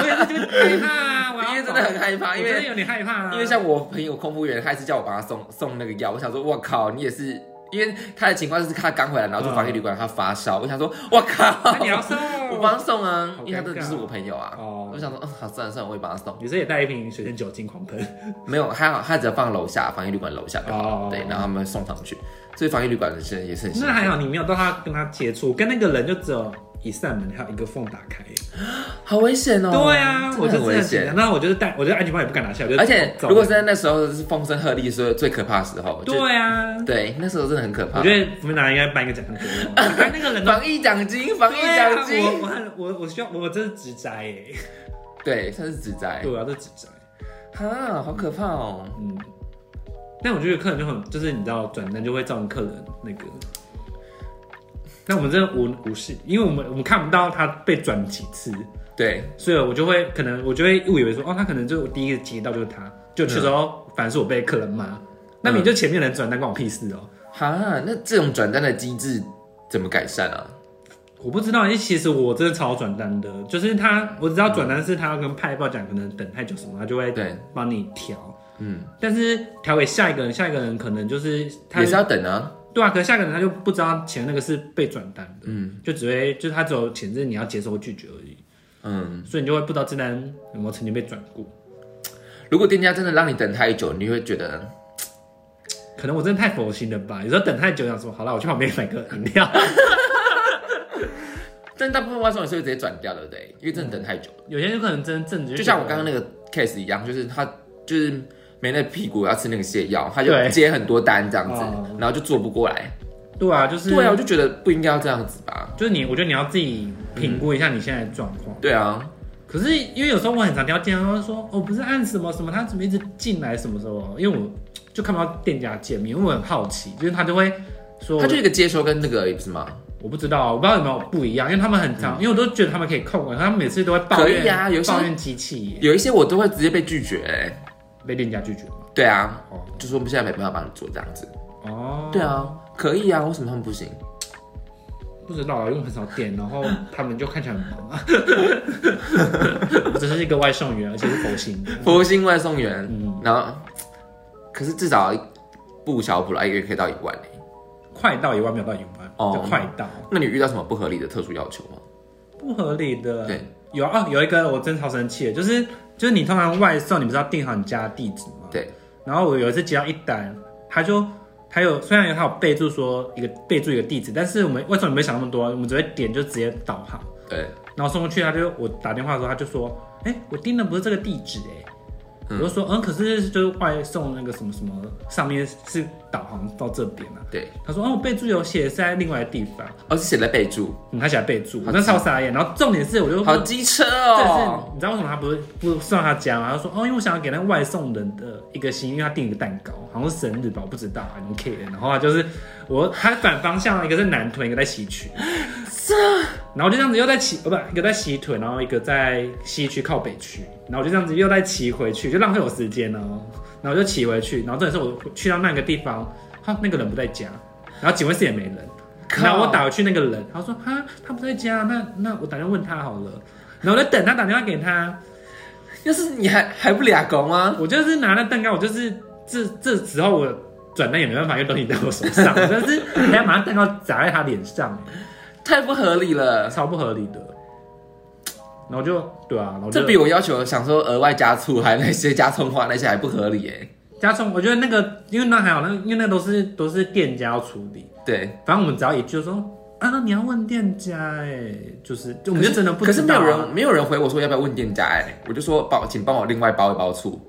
我也是觉得害怕，我因要为真的很害怕，我因真的为有点害怕、啊，因为像我朋友空服员，他也是叫我帮他送送那个药，我想说，我靠，你也是，因为他的情况就是他刚回来，然后住防疫旅馆，他发烧，我想说，我靠嗯那，你要送，我帮他送啊好，因为他真的尴就尬是我朋友啊，我哦，想说，嗯，好，算了算了，我也帮他送，女生也带一瓶水仙酒精狂喷，没有，还好，他只要放楼下防疫旅馆楼下就好，哦对，然后他们送上去，所以防疫旅馆的人也是很辛苦那还好，你没有到他跟他接触，跟那个人就只有一扇门，还有一个缝打开。好危险哦，对啊，我真的就是很很危紧险张。。那我就是戴，我觉得安全帽也不敢拿下，我就而且走如果是在那时候是风声鹤唳，是最可怕的时候，就对啊，对，那时候真的很可怕。我觉得福明达应该颁一个奖项给 我。但那个人都防疫奖金，防疫对啊奖金，我我很我我希望我真是直摘耶，对，算是指摘对，。我要是直摘，哈，好可怕哦！嗯。但我觉得客人就很，就是你知道，转单就会造成客人那个。但我们真的无无视，因为我们我们看不到他被转几次，对，所以我就会可能我就会误以为说，哦，他可能就第一个接到就是他，就去时嗯候、反正是我被客人骂，那你就前面人转单关我屁事哦。哈，那这种转单的机制怎么改善啊？我不知道，因为其实我真的超好转单的，就是他，我只知道转单是他要跟派报讲，可能等太久什么，他就会对，帮你调，嗯，但是调给下一个人，下一个人可能就是他也是要等啊。对啊，可是下一个人他就不知道前那个是被转单的，嗯就只会就是他只有前置你要接受或拒绝而已，嗯，所以你就会不知道这单有没有曾经被转过，如果店家真的让你等太久，你会觉得可能我真的太佛心了吧？有时候等太久，想说好了，我去旁边买个饮料。但大部分外送员是会直接转掉，对不对？因为真的等太久了， 有些人可能真正直，就像我刚刚那个 case 一样，就是他就是没那屁股要吃那个泻药，他就对接很多单这样子哦，然后就做不过来。对啊，就是对啊，我就觉得不应该要这样子吧。就是你，我觉得你要自己评估一下你现在的状况。对啊，可是因为有时候我很常听到店家说，哦，不是按什么什么，他怎么一直进来什么什么，因为我就看不到店家见面，因为我很好奇，就是他就会说，他就一个接收跟那个而已不是吗？我不知道，我不知道有没有不一样，因为他们很常，因为我都觉得他们可以控管，他们每次都会抱嗯怨，可以啊有些抱怨机器耶有一些我都会直接被拒绝、欸。被店家拒绝嘛。对啊，哦就说我们现在没办法帮你做这样子。哦，对，啊，可以啊，为什么他们不行？不知道啊，因为我很少点，然后他们就看起来很 忙啊。我只是一个外送员，而且是佛心的。佛心外送员，嗯然后可是至少不小补来一个月可以到一万、欸、快到一万，没有到一万，哦就快到，那你有遇到什么不合理的特殊要求吗？不合理的。对，有啊哦，有一个我真超生气的，就是就是你通常外送，你不是要订好你家地址吗？对。然后我有一次接到一单，他就他有虽然有他有备注说一个备注一个地址，但是我们为什么没想那么多？我们只会点就直接导航。对，然后送过去，他就我打电话的时候，他就说：“哎、我订的不是这个地址哎、嗯我就说：“嗯，可是就是外送那个什么什么上面是导航到这边啊。对，”他说：“哦，我备注有写是在另外的地方。哦，是写在备注，嗯”他写在备注，好我那超傻眼。然后重点是，我就好机车这是哦。你知道为什么他不是不送到他家吗？他说：“哦，因为我想要给那个外送人的呃一个心，因为他订了一个蛋糕，好像是生日吧，我不知道，I don't care。”然后他就是我他反方向，一个是南屯，一个在西区。然后就这样子又在骑，哦不，一个在西屯，然后一个在西区靠北区，然后我就这样子又再骑回去，就浪费我时间哦。然后我就骑回去，然后重点是我去到那个地方，哈，那个人不在家，然后警卫室也没人。靠然后我打回去那个人，他说哈，他不在家，那那我打电话问他好了。然后我就等他打电话给他，要是你还还不啊俩狗吗？我就是拿了蛋糕，我就是这这时候我转单也没办法，因为东西在我手上，我就是人家把蛋糕砸在他脸上，欸太不合理了，超不合理的。然后我就对啊，然后我就这比我要求想说额外加醋还有那些加葱花那些还不合理哎耶。加葱，我觉得那个因为那还好，那因为那都是都是店家要处理，对，反正我们只要一句说啊，那你要问店家哎、就是就我们就真的不可是知没道啊、有人没有人回我说要不要问店家哎，我就说帮请帮我另外包一包醋。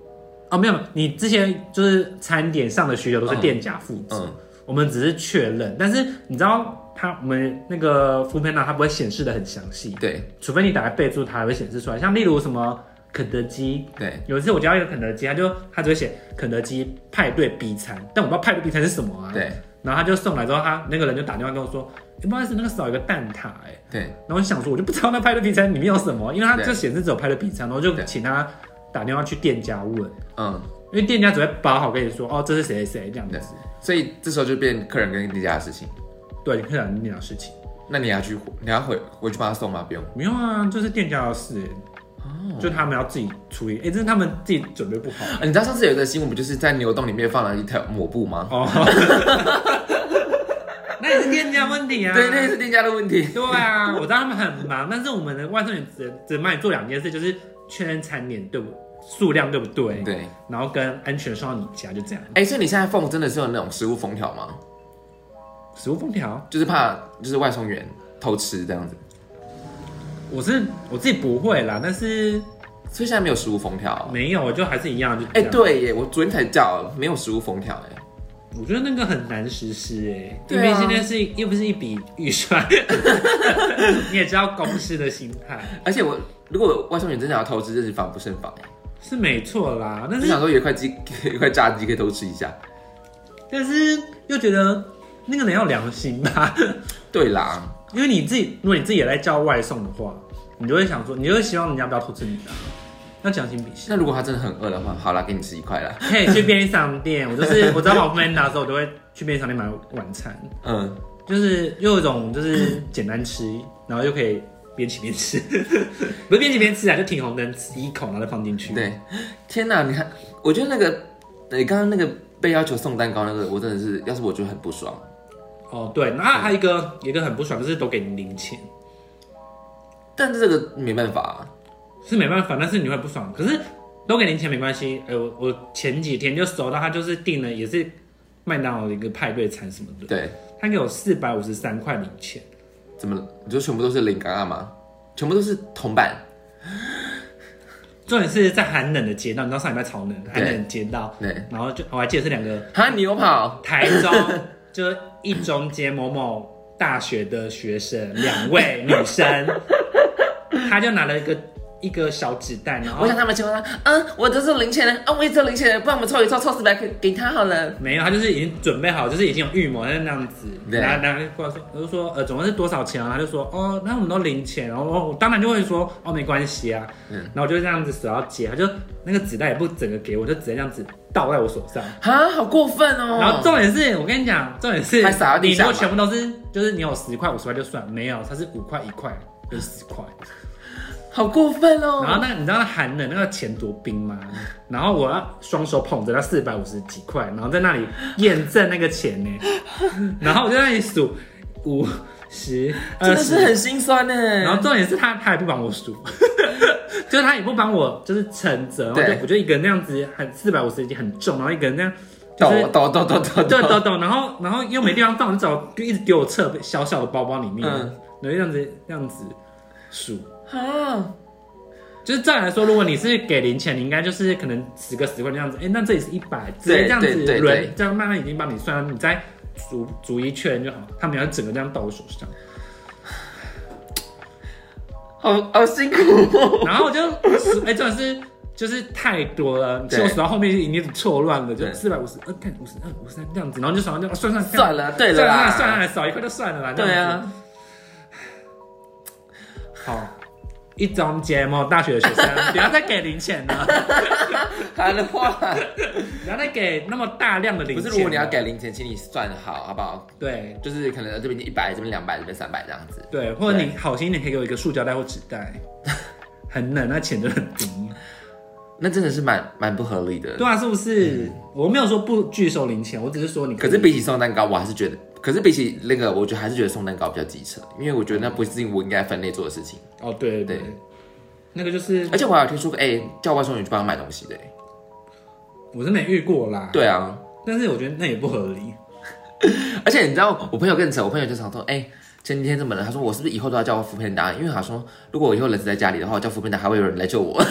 哦，没有，你之前就是餐点上的需求都是嗯店家负责，嗯我们只是确认，但是你知道他我们那个 f o o p a n d a 它不会显示的很详细，嗯对除非你打开备注，它还会显示出来，像例如什么肯德基对，有一次我接到一个肯德基，他就他只会写肯德基派对 B 餐，但我不知道派对 B 餐是什么啊。对。然后他就送来之后，他那个人就打电话跟我说：“欸、不好意思，那个少一个蛋挞、欸。”哎，对，然后我就想说，我就不知道那派对 B 餐里面有什么，因为他对就显示只有派对 B 餐，然后就对请他打电话去店家问，嗯，因为店家只会包好跟你说：“哦，这是谁谁谁这样子对。所以这时候就变客人跟店家的事情。”对，你可以讲那件事情。那你要去，你要回回去帮他送吗？不用。没有啊，就是店家的事、欸哦，就他们要自己处理。哎、这是他们自己准备不好。啊你知道上次有一个新闻，不就是在牛洞里面放了一条抹布吗？哦， 那也是店家问题啊。对，那是店家的问题。对啊，我知道他们很忙，但是我们的外送员只只帮你做两件事，就是确认餐点对不数量对不对，对，然后跟安全送到你家，就这样。哎、所以你现在缝真的是有那种食物封条吗？食物封条，就是怕就是外送员偷吃这样子，我是我自己不会啦，但是所以现在没有食物封条哦。没有，我就还是一样，就哎、这样，对耶，我昨天才叫，没有食物封条哎。我觉得那个很难实施哎、因对为啊现在是又不是一笔预算， 你也知道公司的心态而且我如果外送员真的要偷吃，真是防不胜防哎。是没错啦，但就是啊想说有一块鸡， 有一块炸鸡可以偷吃一下。但是又觉得那个人要良心吧。 对啦，因为你自己，如果你自己也在叫外送的话，你就会想说，你就会希望人家不要偷吃你的、啊，要将心比心。那如果他真的很饿的话，好啦，给你吃一块啦。可以去便利商店，我就是我知道我不能拿的时候，我都会去便利商店买晚餐，嗯，就是又有一种就是简单吃，然后又可以边骑边吃， 不是边骑边吃啊，就停红灯吃一口，然后再放进去。，对。天哪，你看，我觉得那个你刚刚那个被要求送蛋糕那个，我真的是，要是我就很不爽。哦对，然后还有一个有一个很不爽，就是都给你零钱，但是这个没办法、啊，是没办法，但是你会不爽。可是都给零钱没关系，哎、我我前几天就收到他就是订了也是麦当劳的一个派对餐什么的。对，他给我四百五十三块零钱，怎么了你就全部都是零干干吗？全部都是铜板，重点是在寒冷的街道，你知道上礼拜超冷，寒冷的街道，对，然后就哦我还记得是两个哈牛跑，台中， 就是一中街某某大学的学生，两位女 生，她就拿了一个一个小纸袋，然我后想他们情况下，嗯，我这是零钱人，啊，我也只有零钱人，不然我们凑一凑，凑四百给给他好了。没有，她就是已经准备好，就是已经有预谋，她就那样子对拿拿过来说，我就说呃总共是多少钱啊？她就说哦，那我们都零钱，然后我我当然就会说哦没关系啊，嗯然后我就这样子手要接，她就那个纸袋也不整个给我，就直接这样子倒在我手上。啊，好过分哦！然后重点是我跟你讲，重点是还撒到地你如上果嘛全部都是，就是你有十块五十块就算，没有它是五块一块就是十块。好过分然后哦！那你知道寒冷那个钱多冰吗？然后我要双手捧着那四百五十几 块，然后在那里验证那个钱呢。然后我就在那里数五十、真的二是十。很心酸呢。 然后重点是他，他也不帮我数， 就是他也不帮我，就是承责，然后对就我就一个人那样子很四百五十已经很重，然后一个人那样就抖是抖抖抖 抖 对，抖，懂懂，然后然后又没地方放，就找就一直给我侧小小的包包里面，嗯然后这样子这样子数。啊，就是照理来说，如果你是给零钱，你应该就是可能十个十块这样子，哎、那这里是一百，直接对这样对子对轮对，这样慢慢已经帮你算，你再逐逐一确认就好。他们要整个这样到我手上，好好辛苦哦。然后我就 数，哎、真的是就是太多了，其实我对数到后面已经错乱了，就对四百五十二、看五十二、五十三这样子，然后就手上就、啊算算算了，对了算了啦，算了，少一块就算了啦，这样对子啊，好，哦一中节目，大学的学 生不要再给零钱了，他的话，不要再给那么大量的零不钱。是如果你要，给零钱，请你算好，好不好？对就是可能这边一百，这边两百，这边三百这样子。对，或者对你好心一点，可以给我一个塑胶袋或纸袋，很冷，那钱就很 低。那真的是蛮蛮不合理的。对啊，是不是？我没有说不拒收零钱，我只是说你嗯可是比起送蛋糕，我还是觉得，可是比起那个，我觉得还是觉得送蛋糕比较机车，因为我觉得那不是我应该分类做的事情。哦，对对对对，那个就是而且我还有听说过，哎、叫外送员去帮他买东西的、哎我是没遇过啦，对啊，但是我觉得那也不合理。而且你知道，我朋友更扯，我朋友就常说，哎、前几天这么冷，他说我是不是以后都要叫福片达？因为他说，如果我以后人死在家里的话，我叫福片达还会有人来救我。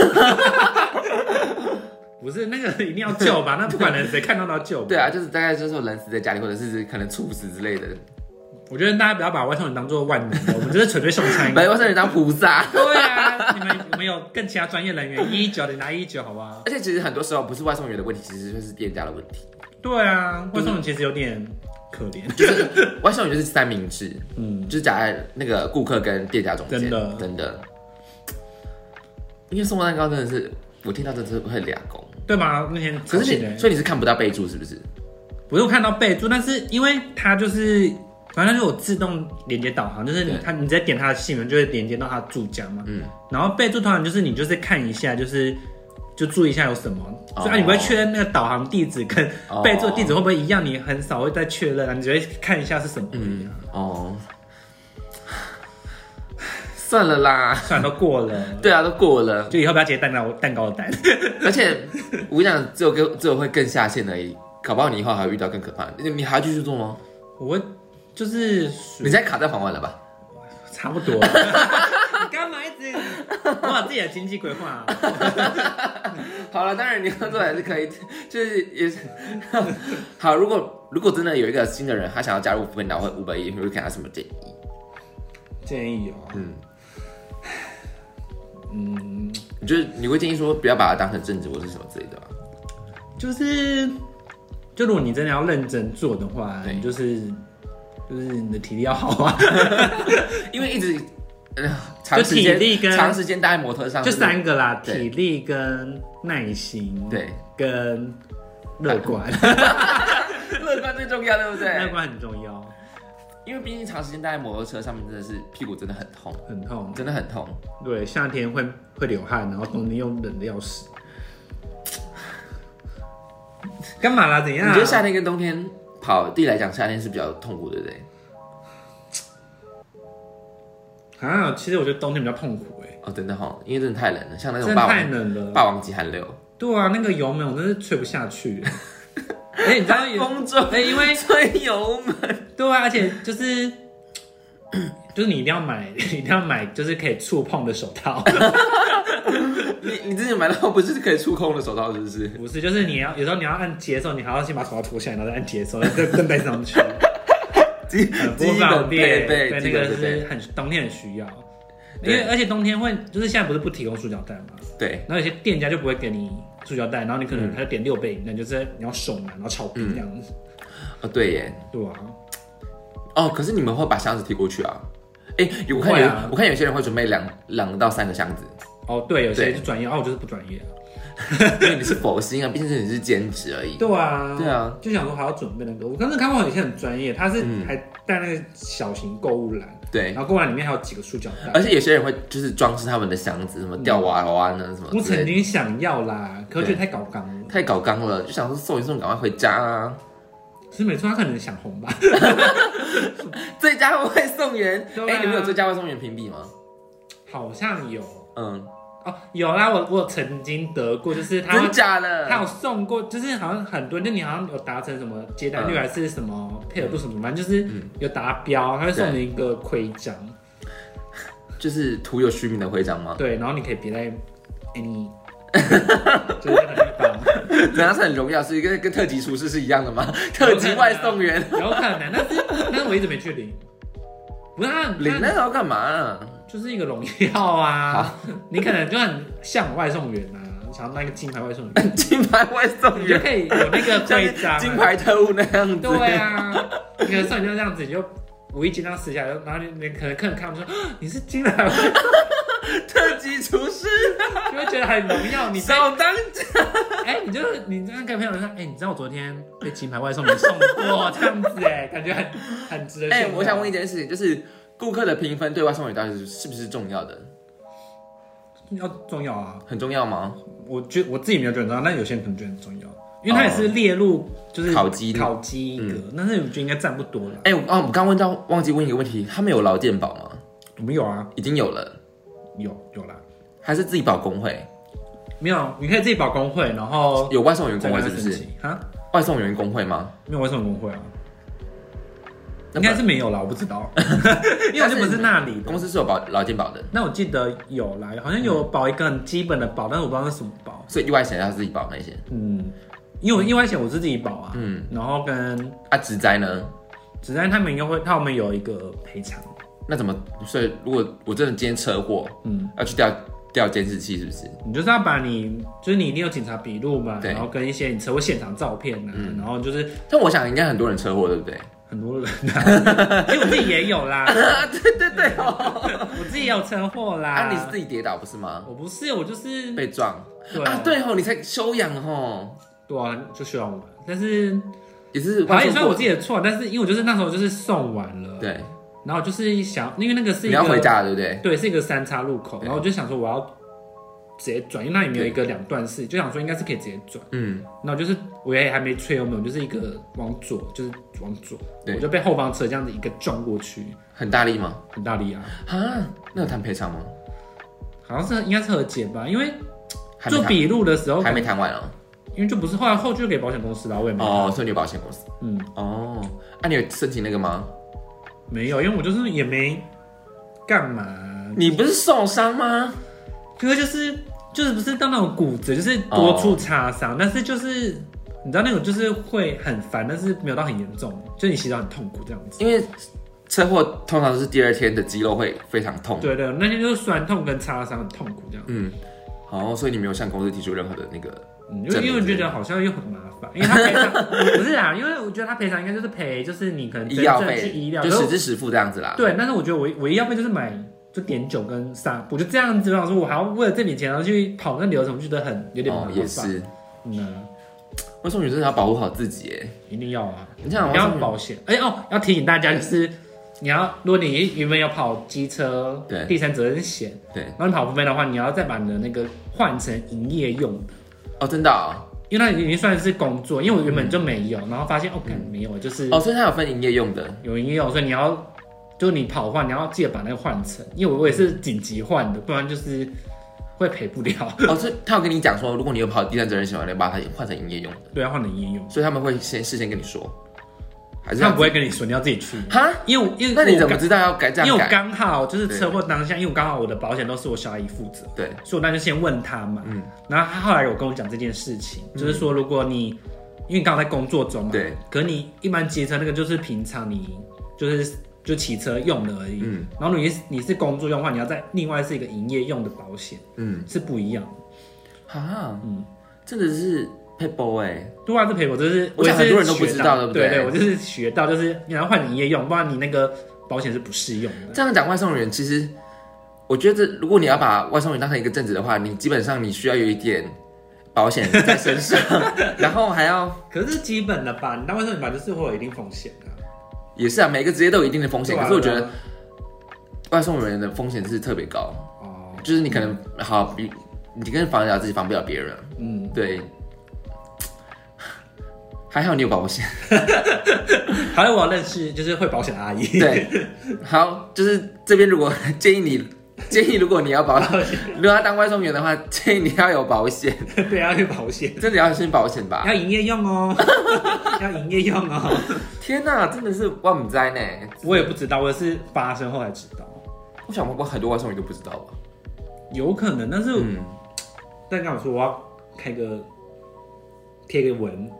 不是那个一定要救 吧？那不管人谁看到都要救吧。对啊，就是大概就是人死在家里，或者是可能猝死之类的， 我觉得大家不要把外送员当做万能的，我们就是纯粹送餐。把外送员当菩萨。对啊，你们有没有更其他专业人员一一九的拿一九好不好？而且其实很多时候不是外送员的问题，其实就是店家的问题。对啊，外送员其实有点可怜，外送员就是三明治，嗯，就是夹在那个顾客跟店家中间，真的真的。因为送蛋糕真的是，我听到真的是会俩工。对吧？那天可是超气的你，所以你是看不到备注是不是？不是我看到备注，但是因为它就是反正就有自动连接导航，就是你对它你直接点它的姓名就会连接到它的住家嘛，嗯，然后备注通常就是你就是看一下就是。就注意一下有什么，哦所以、啊、你不会确认那个导航地址跟哦备注地址会不会一样，你很少会再确认啊，你只会看一下是什嗯么而已啊。哦， 算了啦，虽然都过了，对啊，都过了。就以后不要接蛋糕蛋糕的单。而且我跟你讲，只有跟只有会更下线而已，搞不好你以后还会遇到更可怕的。你你还要继续做吗？我会就是属你现在卡在房管了吧？差不 多。你干嘛一直？我把自己的经济规划、啊好了，当然你要做还是可以， 就是也是 好。如果如果真的有一个新的人，他想要加入福建岛或五百亿，你会给他什么建议？建议哦，嗯，嗯，你就是你会建议说不要把它当成政治或是什么之类的吧？就是，就如果你真的要认真做的话，对你就是就是你的体力要好啊，因为一直呃长时体力间跟长时间待在摩托上， 就对三个啦，对体力跟耐心，对，跟乐观，不对乐观最重要，对不 乐对？观很重要，因为毕竟长时间待在摩托车上面，真的是屁股真的很痛，很痛，真的很痛。对，夏天会会流汗，然后冬天又冷的要死。干嘛啦？怎样？啊你觉得夏天跟冬天跑地来讲，夏天是比较痛苦，对不对？啊？其实我觉得冬天比较痛苦哎、哦，真的哈、因为真的太冷了，像那真种的霸太王冷了。霸王级寒流，对啊，那个油门我真是吹不下 去欸。哎、你知道有风中哎、因为吹油门。对啊，而且 就是就是你一定要买，一定要买，就是可以触碰的手套， 你你之前买到不是可以触控的手套，是不是？不是？就是你要有时候你要按解锁，你还要先把手套脱下来，然后再按解锁，再再戴 上去，基很不基方本便。配呃备，对，那基个本配是备，很冬天很需要，因对为而且冬天会就是现在不是不提供塑胶袋嘛，对，然后有些店家就不会给你塑胶袋，然后你可能他就点六倍饮料，就是你要手拿，然后炒冰这样子，哦对耶，对啊。哦，可是你们会把箱子提过去啊？哎，有我看会有、啊我看有些人会准备两两到三个箱子，哦，对，有些对是专业，哦，我就是不专业。因为你是佛心啊，毕竟是你是兼职而已。对啊，对啊，就想说还要准备那个。我刚才看过有些很专业，他是嗯还带那个小型购物篮，对然，后购物篮里面还有几个塑胶袋。而且有些人会就是装饰他们的箱子，什么吊娃娃呢，什么我之曾类的，经想要啦，可我觉得太搞纲了。太搞纲了，就想说送一送，赶快回家啊。 是没错，他可能想红吧。最佳外汇送员，对哎、啊你们有最佳外汇送员评比吗？好像有嗯，哦，有啦，我我有曾经得过，就是他真假他有的？送过，就是好像很多，就你好像有达成什么接单率嗯还是什么配额度什么，反正就是嗯有达标，他会送你一个徽章，就是徒有虚名的徽章吗？ 对，然后你可以别在 any 就是那个地方，难道是很荣耀？是跟跟特级厨师是一样的吗？ 特级外送 员，有可能，但是但是我一直没去领，不是他领那他个要干嘛、啊就是一个荣耀啊，你可能就很像外送员啊，想要那个金牌外送 员， 金牌外送你就员，可以有那个像 徽章啊，金牌特务那样子。 对啊，你可能送你就这样子，你就无意间这样撕下来，然后你你可能客人看不出啊你是金来， 特级厨师，就会觉得很荣耀。你 被少当哎、你就你这样跟朋友说，哎、你知道我昨天被金牌外送员送过这样子哎、感觉很很值得炫啊耀。哎、我想问一件事情，就是顾客的评分对外送员到底是是不是重要的？要重要啊，很重要吗？我觉得我自己没有觉得很重要，但有些人可能觉得很重要，因为他也是列入就是考绩考嗯绩一个，但是我觉得应该占不多了。哎、我哦，我刚问到忘记问一个问题，他们有劳健保吗？我们有啊，已经有了，有有啦，还是自己保工会？没有，你可以自己保工会，然后有外送员再工跟会他是不申是？请啊，外送员工会吗？没有外送员工会啊。那应不然该是没有啦，我不知 道，因为我就不是那里的。公司是有保劳健保的，那我记得有啦，好像有保一个很基本的保，但是我不知道是什么保。所以意外险要自己保那些。嗯，因为我意外险我是自己保啊，嗯，然后跟啊，职灾呢？子弹他们应该会，他们有一个赔偿。那怎么？所以如果我真的今天车祸，嗯，要去调调监视器，是不是？你就是要把你，就是你一定有警察笔录嘛，对嗯然后跟一些你车祸现场照片啊，然后就是但我想应该很多人车祸，对不对？很多人 啊，因为我自己也有啦，啊， 对对对哦。我自己也有车祸啦。啊，你是自己跌倒不是吗？我不是，我就是被撞对啊，对吼，你才休养哦吼，对啊，就需要我，但是也是好像也送算过我自己的错，但是因为我就是那时候就是送完了，，对，然后就是想，因为那个是一你个要回家了，对不对？对，是一个三叉路口，对然后我就想说我要直接转，因为那里面有一个两段式，就想说应该是可以直接转，嗯，然后就是我也还没吹油门，我就是一个往左，就是往左，对我就被后方车这样子一个撞过去，很大力吗？很大力啊，啊，那有谈赔偿吗？好像是应该是和解吧，因为还没做谈，笔录的时候，还没谈完哦。因为就不是后来后续给保险公司啦，我也没有，哦，所以你有保险公司嗯，哦？啊，你有申请那个吗？没有，因为我就是也没干嘛，你不是受伤吗？因为就是就是不是到那种骨折，就是多处擦伤，但是就是你知道那种就是会很烦，但是没有到很严重，就你洗澡很痛苦这样子。因为车祸通常是第二天的肌肉会非常痛。对对，那天就是酸痛跟擦伤很痛苦这样，嗯，好，所以你没有向公司提出任何的那个，嗯，因这为明因为我觉得好像又很麻烦，因为他赔 偿不是啊，因为我觉得他赔偿应该就是赔，就是你可能医真药正去费医疗，就可实是支实付这样子啦。对，但是我觉得我我医药费就是买就碘酒跟纱布，就这样子，我想说我还要为了这笔钱然后去跑那流程，我觉得很有点麻哦烦，，也是，嗯啊，外送员真的要保护好自己耶。一定要啊。你想你要外送员，保险，哎、哦，要提醒大家就是，你要如果你原本有跑机车对第三责任险，对，然后你跑不飞的话，你要再把你的那个换成营业用的，哦，真的哦，因为它已经算是工作，因为我原本就没有，然后发现哦，干没有，就是哦，所以它有分营业用的，有营业用，所以你要。就你跑的话，你要记得把那个换成，因为我我也是紧急换的，不然就是会赔不了。 哦，所以他有跟你讲说，如果你有跑第三责任险，你要把它换成营业用的，对，要换成营业用，所以他们会先事先跟你说，还是他要们不会跟你说，你要自己去。哈？因为我因为那你我怎么刚知道要改这因样为我改？刚好就是车祸当下，因为我刚好我的保险都是我小阿姨负责，对，所以我那就先问他嘛。嗯，然后他后来有跟我讲这件事情，就是说如果你因为你刚好在工作中嘛，对，可你一般机车那个就是平常你就是就骑车用的而已。嗯然后你是你是工作用的话，你要在另外是一个营业用的保险嗯，是不一样的。哈，嗯真的是 people 哎，对啊，这赔我就是我想也是很多人都不知道学对不对？对对，我就是学到，就是你要换营业用，不然你那个保险是不适用的。这样讲外送员，其实我觉得，如果你要把外送员当成一个正职的话，你基本上你需要有一点保险在身 上，然后还要可是这是基本的吧，你当外送员吧就是会有一定风险的、啊。也是啊，每个职业都有一定的风险，对啊可是我觉对得啊外送员的风险是特别高，哦，就是你可能好比你跟防得了自己，防不了别人，嗯，对。还好你有保 险。还有我认识就是会保险的阿姨，对，好，就是这边如果 建议你，建议如果你要保，如果要当外送员的话，建议你要有保 险， 对，要去保险，真的要先保险吧。要营业用哦， 要营业用哦。天哪，真的是万灾呢！我也不知道，我是发生后才知道，我想我很多外送员都不知道吧。有可能，但是嗯，但刚好说我要开个贴个 文，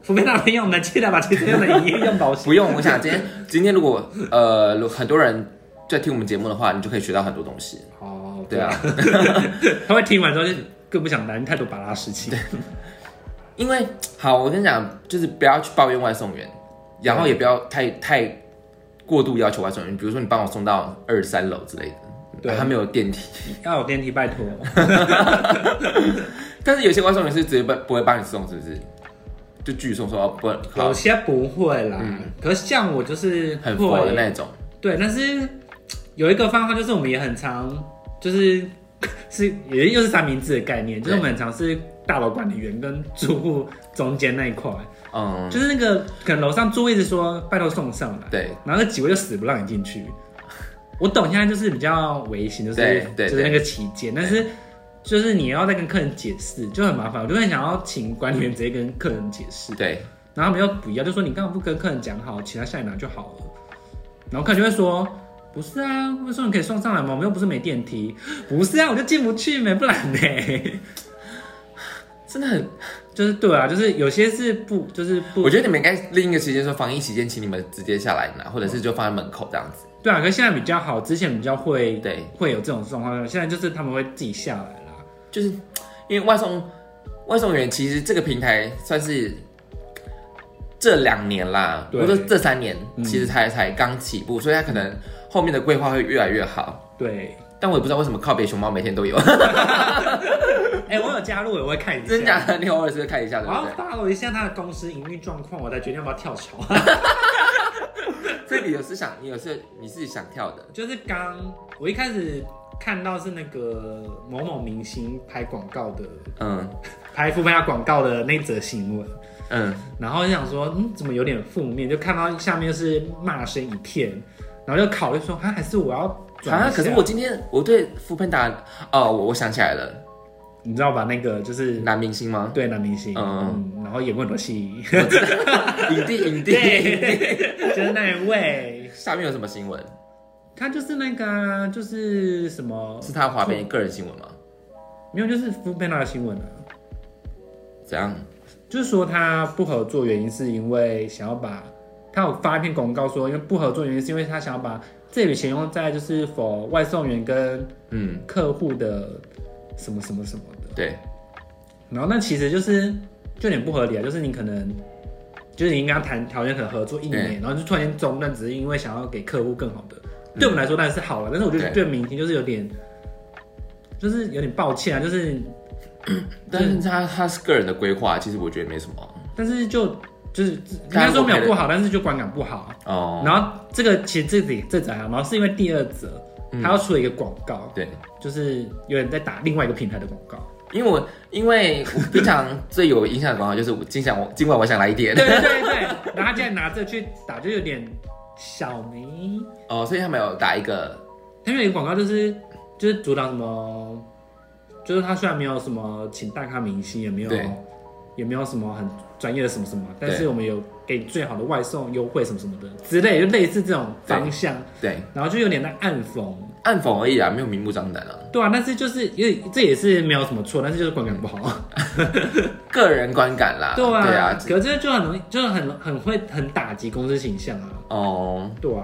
福贝大朋友们记得把这样的营业用保险不用，我想今天今天如果呃如很多人在听我们节目的话，你就可以学到很多东西。哦，对啊，他会听完之后就更不想担太多巴拉事情。因为好，我跟你讲，就是不要去抱怨外送员，然后也不要太太过度要求外送员，比如说你帮我送到二三楼之类的，啊对还没有电梯。 要有电梯，拜托。但是有些外送员是直接不不会帮你送，是不是？就拒送说哦不有好些不会啦，可是像我就是很佛的会，那种，对，但是有一个方法就是我们也很常就是 是也又是三明治的概念，就是对我们很常是大楼管理员跟住户中间那一块，嗯，就是那个可能楼上住户一直说拜托送上来，对，然后那几位就死不让你进去。我懂，现在就是比较微型，就是对对就是那个期间，但是就是你要再跟客人解释，就很麻烦。我就很想要请管理员直接跟客人解释，对，然后他们又不要，就说你干嘛不跟客人讲好，请他下来拿就好了。然后客人就会说。不是啊，不是说你可以送上来吗？我们又不是没电梯。 不是啊，我就进不去没，不然呢？ 真的很。就是对啊，就是有些是不，就是不。我觉得你们应该另一个时间说防疫期间，请你们直接下来拿，或者是就放在门口这样子。对啊，可是现在比较好，之前比较会对，会有这种状况，现在就是他们会自己下来啦。就是因为外送外送员其实这个平台算是这两年啦，对我说这三年嗯其实才才刚起步，所以他可能后面的规划会越来越好。 对，但我也不知道为什么靠北熊猫每天都有，哎、我有加入，我会看一 下。真假的？你偶尔是会看一下，我对要不 follow 一下他的公司营运状况，我才决定要不要跳槽。对？所以你有是想，你有是你是想跳的，就是刚我一开始看到是那个某某明星拍广告的，嗯拍副拍广告的那则新闻，嗯，然后就想说，嗯，怎么有点负面？就看到下面是骂声一片，然后就考虑说，啊，还是我要转一啊，下可是我今天我对福喷达，哦，我我想起来了，你知道吧？那个就是男明星 吗？对男明星，嗯嗯然后演过很多戏，影帝影帝，对， 就是那一 位，下面有什么新闻？他就是那个啊、就是什么是他华编个人新闻吗？没有，就是 f o o p a n d a 的新闻啊，怎样？就是说他不合作原因是因为想要把，他有发一篇公告说，因为不合作原因是因为他想要把这笔钱用在就是否外送员跟嗯，客户的什么什么什么的，对，然后那其实就是就有点不合理啊，就是你可能。就是你应该谈条件可能合作一年，然后就突然间中断，只是因为想要给客户更好的。对我们来说当然是好了，但是我觉得嗯对明天就是有点，就是有点抱歉啊，就是但是他他是个人的规划，其实我觉得没什么。但是就就是应该说没有不好，但是就观感不好。啊哦，然后这个其实这里这则还好，然后是因为第二则嗯他要出了一个广告，对，就是有点在打另外一个平台的广告。因为我因为我平常最有影响的广告就是我今想我今晚我想来一点对对对对， 然后他竟然拿这个去打，就有点小迷。 哦，所以他们有打一个他有一个广告就是就是主打什么，就是他虽然没有什么请大咖明星，也没有对也没有什么很专业的什么什么，对但是我们有给最好的外送优惠什么什么的之类，就类似这种方向。对然后就有点在暗讽，暗讽而已啊，没有明目张胆啊，对啊，但是就是因为这也是没有什么错，但是就是观感不好，个人观感啦。啊，对啊，可是这就很容易，就是很很会很打击公司形象啊，哦，对啊，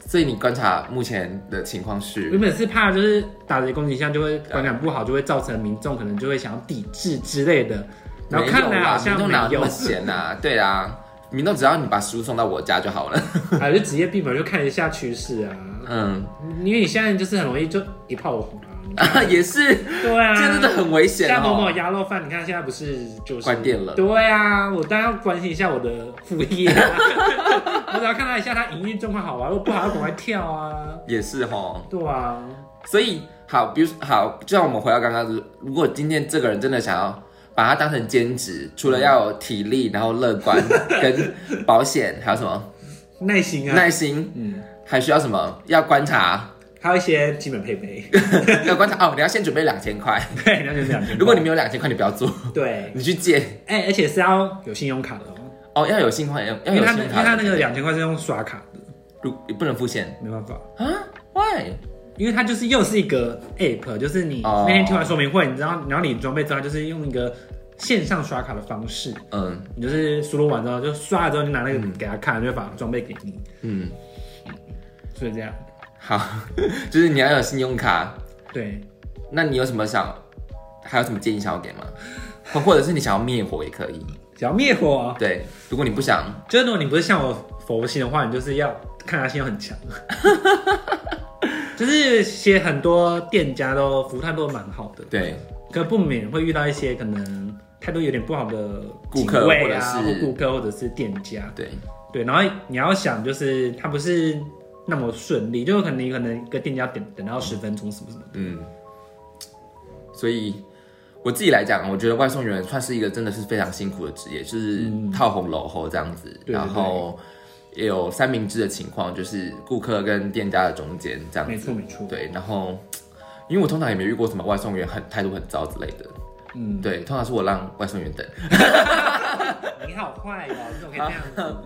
所以你观察目前的情况原是，本是怕就是打击公司形象就会观感不好，就会造成民众可能就会想要抵制之类的，然后看没来有好啦，民像众没哪有那有么，闲 啊？对啊，民众只要你把食物送到我家就好了。 啊，就职业病嘛，就看一下趋势啊，嗯， 因为你现在就是很容易就一炮红啊，啊也是，对啊，这 真的很危险像某某哦。鸭肉饭，你看现在不是就是关店了对啊，我当然要关心一下我的副业、 啊，我只要看他一下他营运状况好啊，如果不好要赶快跳啊。也是哦吼，对啊，所以好，比如好，就像我们回到刚刚，如果今天这个人真的想要把它当成兼职，除了要有体力，然后乐观跟保险，还有什 么耐心啊，耐心，嗯，还需要什么？要观 察，还有一些基本 配备。要观察哦。你要先准备两千块，对，那就这样。如果你没有两千块，你不要 做，对，你去借哎、而且是要有信用卡的哦，哦。要有信用卡，要要因为有他信那用因为他卡那，个两千块是用刷卡的，如不能付现没办法，啊？Why？因为它就是又是一个 app，就是你哦那天听完说明会，你知道，然后你装备之后，它就是用一个线上刷卡的方式，嗯你就是输入完之后就刷了之后，就拿那个给他看，就把装备给你，嗯，所以这样，好， 就是你要有信用卡。对，那你有什么想，还有什么建议想要给吗？ 或或者是你想要灭火也可以。想要灭火，啊对，如果你不想，就是如果你不是像我佛系的话，你就是要看他信用很强，就是些很多店家都服务态度都蛮好的，对，可不免会遇到一些可能态度有点不好的顾客警卫或啊，者或是顾客或者是店家，对，对，然后你要想就是他不是那么顺利，就可能你可能一个店家等等到十分钟什么什么，嗯。所以我自己来讲，我觉得外送员算是一个真的是非常辛苦的职业，就是套红篓后这样子，嗯对对然后也有三明治的情况，就是顾客跟店家的中间这样没子。错没错，对，然后因为我通常也没遇过什么外送员很态度很糟之类的，嗯，对，通常是我让外送员等。你好坏哦，你怎么可以这样子？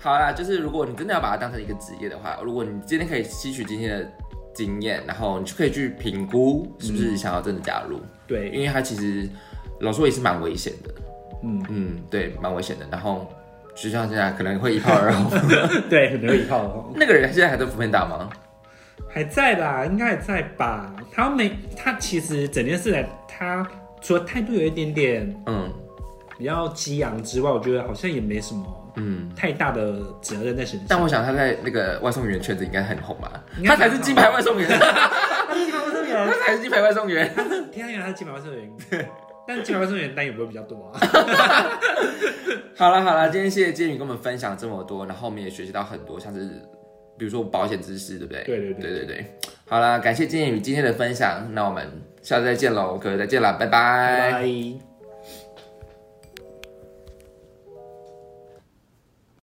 好啦，就是如果你真的要把它当成一个职业的话，如果你今天可以吸取今天的经验，然后你就可以去评估是不是想要真的加入， 对， 因为它其实老实说也是蛮危险的，嗯，嗯，对，蛮危险的。然后就像现在可能会一炮而红，对，很有一套哦。那个人现在还在福片打吗？还在啦，应该还在吧。他没，他其实整件事来，他除了态度有一点点嗯比较激昂之外，我觉得好像也没什么嗯，太大的责任在身上。但我想他在那个外送员圈子应该很红吧应？该他还好才是金牌外送员，他才是金牌外送员。天啊，原来他是金牌外送员，但是金牌外送员单也不会比较多啊。好了好了，今天谢谢建宇跟我们分享这么多，然后我们也学习到很多，像是比如说保险知识，对不对？对对对对对对。好了，感谢建宇今天的分享，那我们下次再见喽，各位再见了，拜拜拜拜。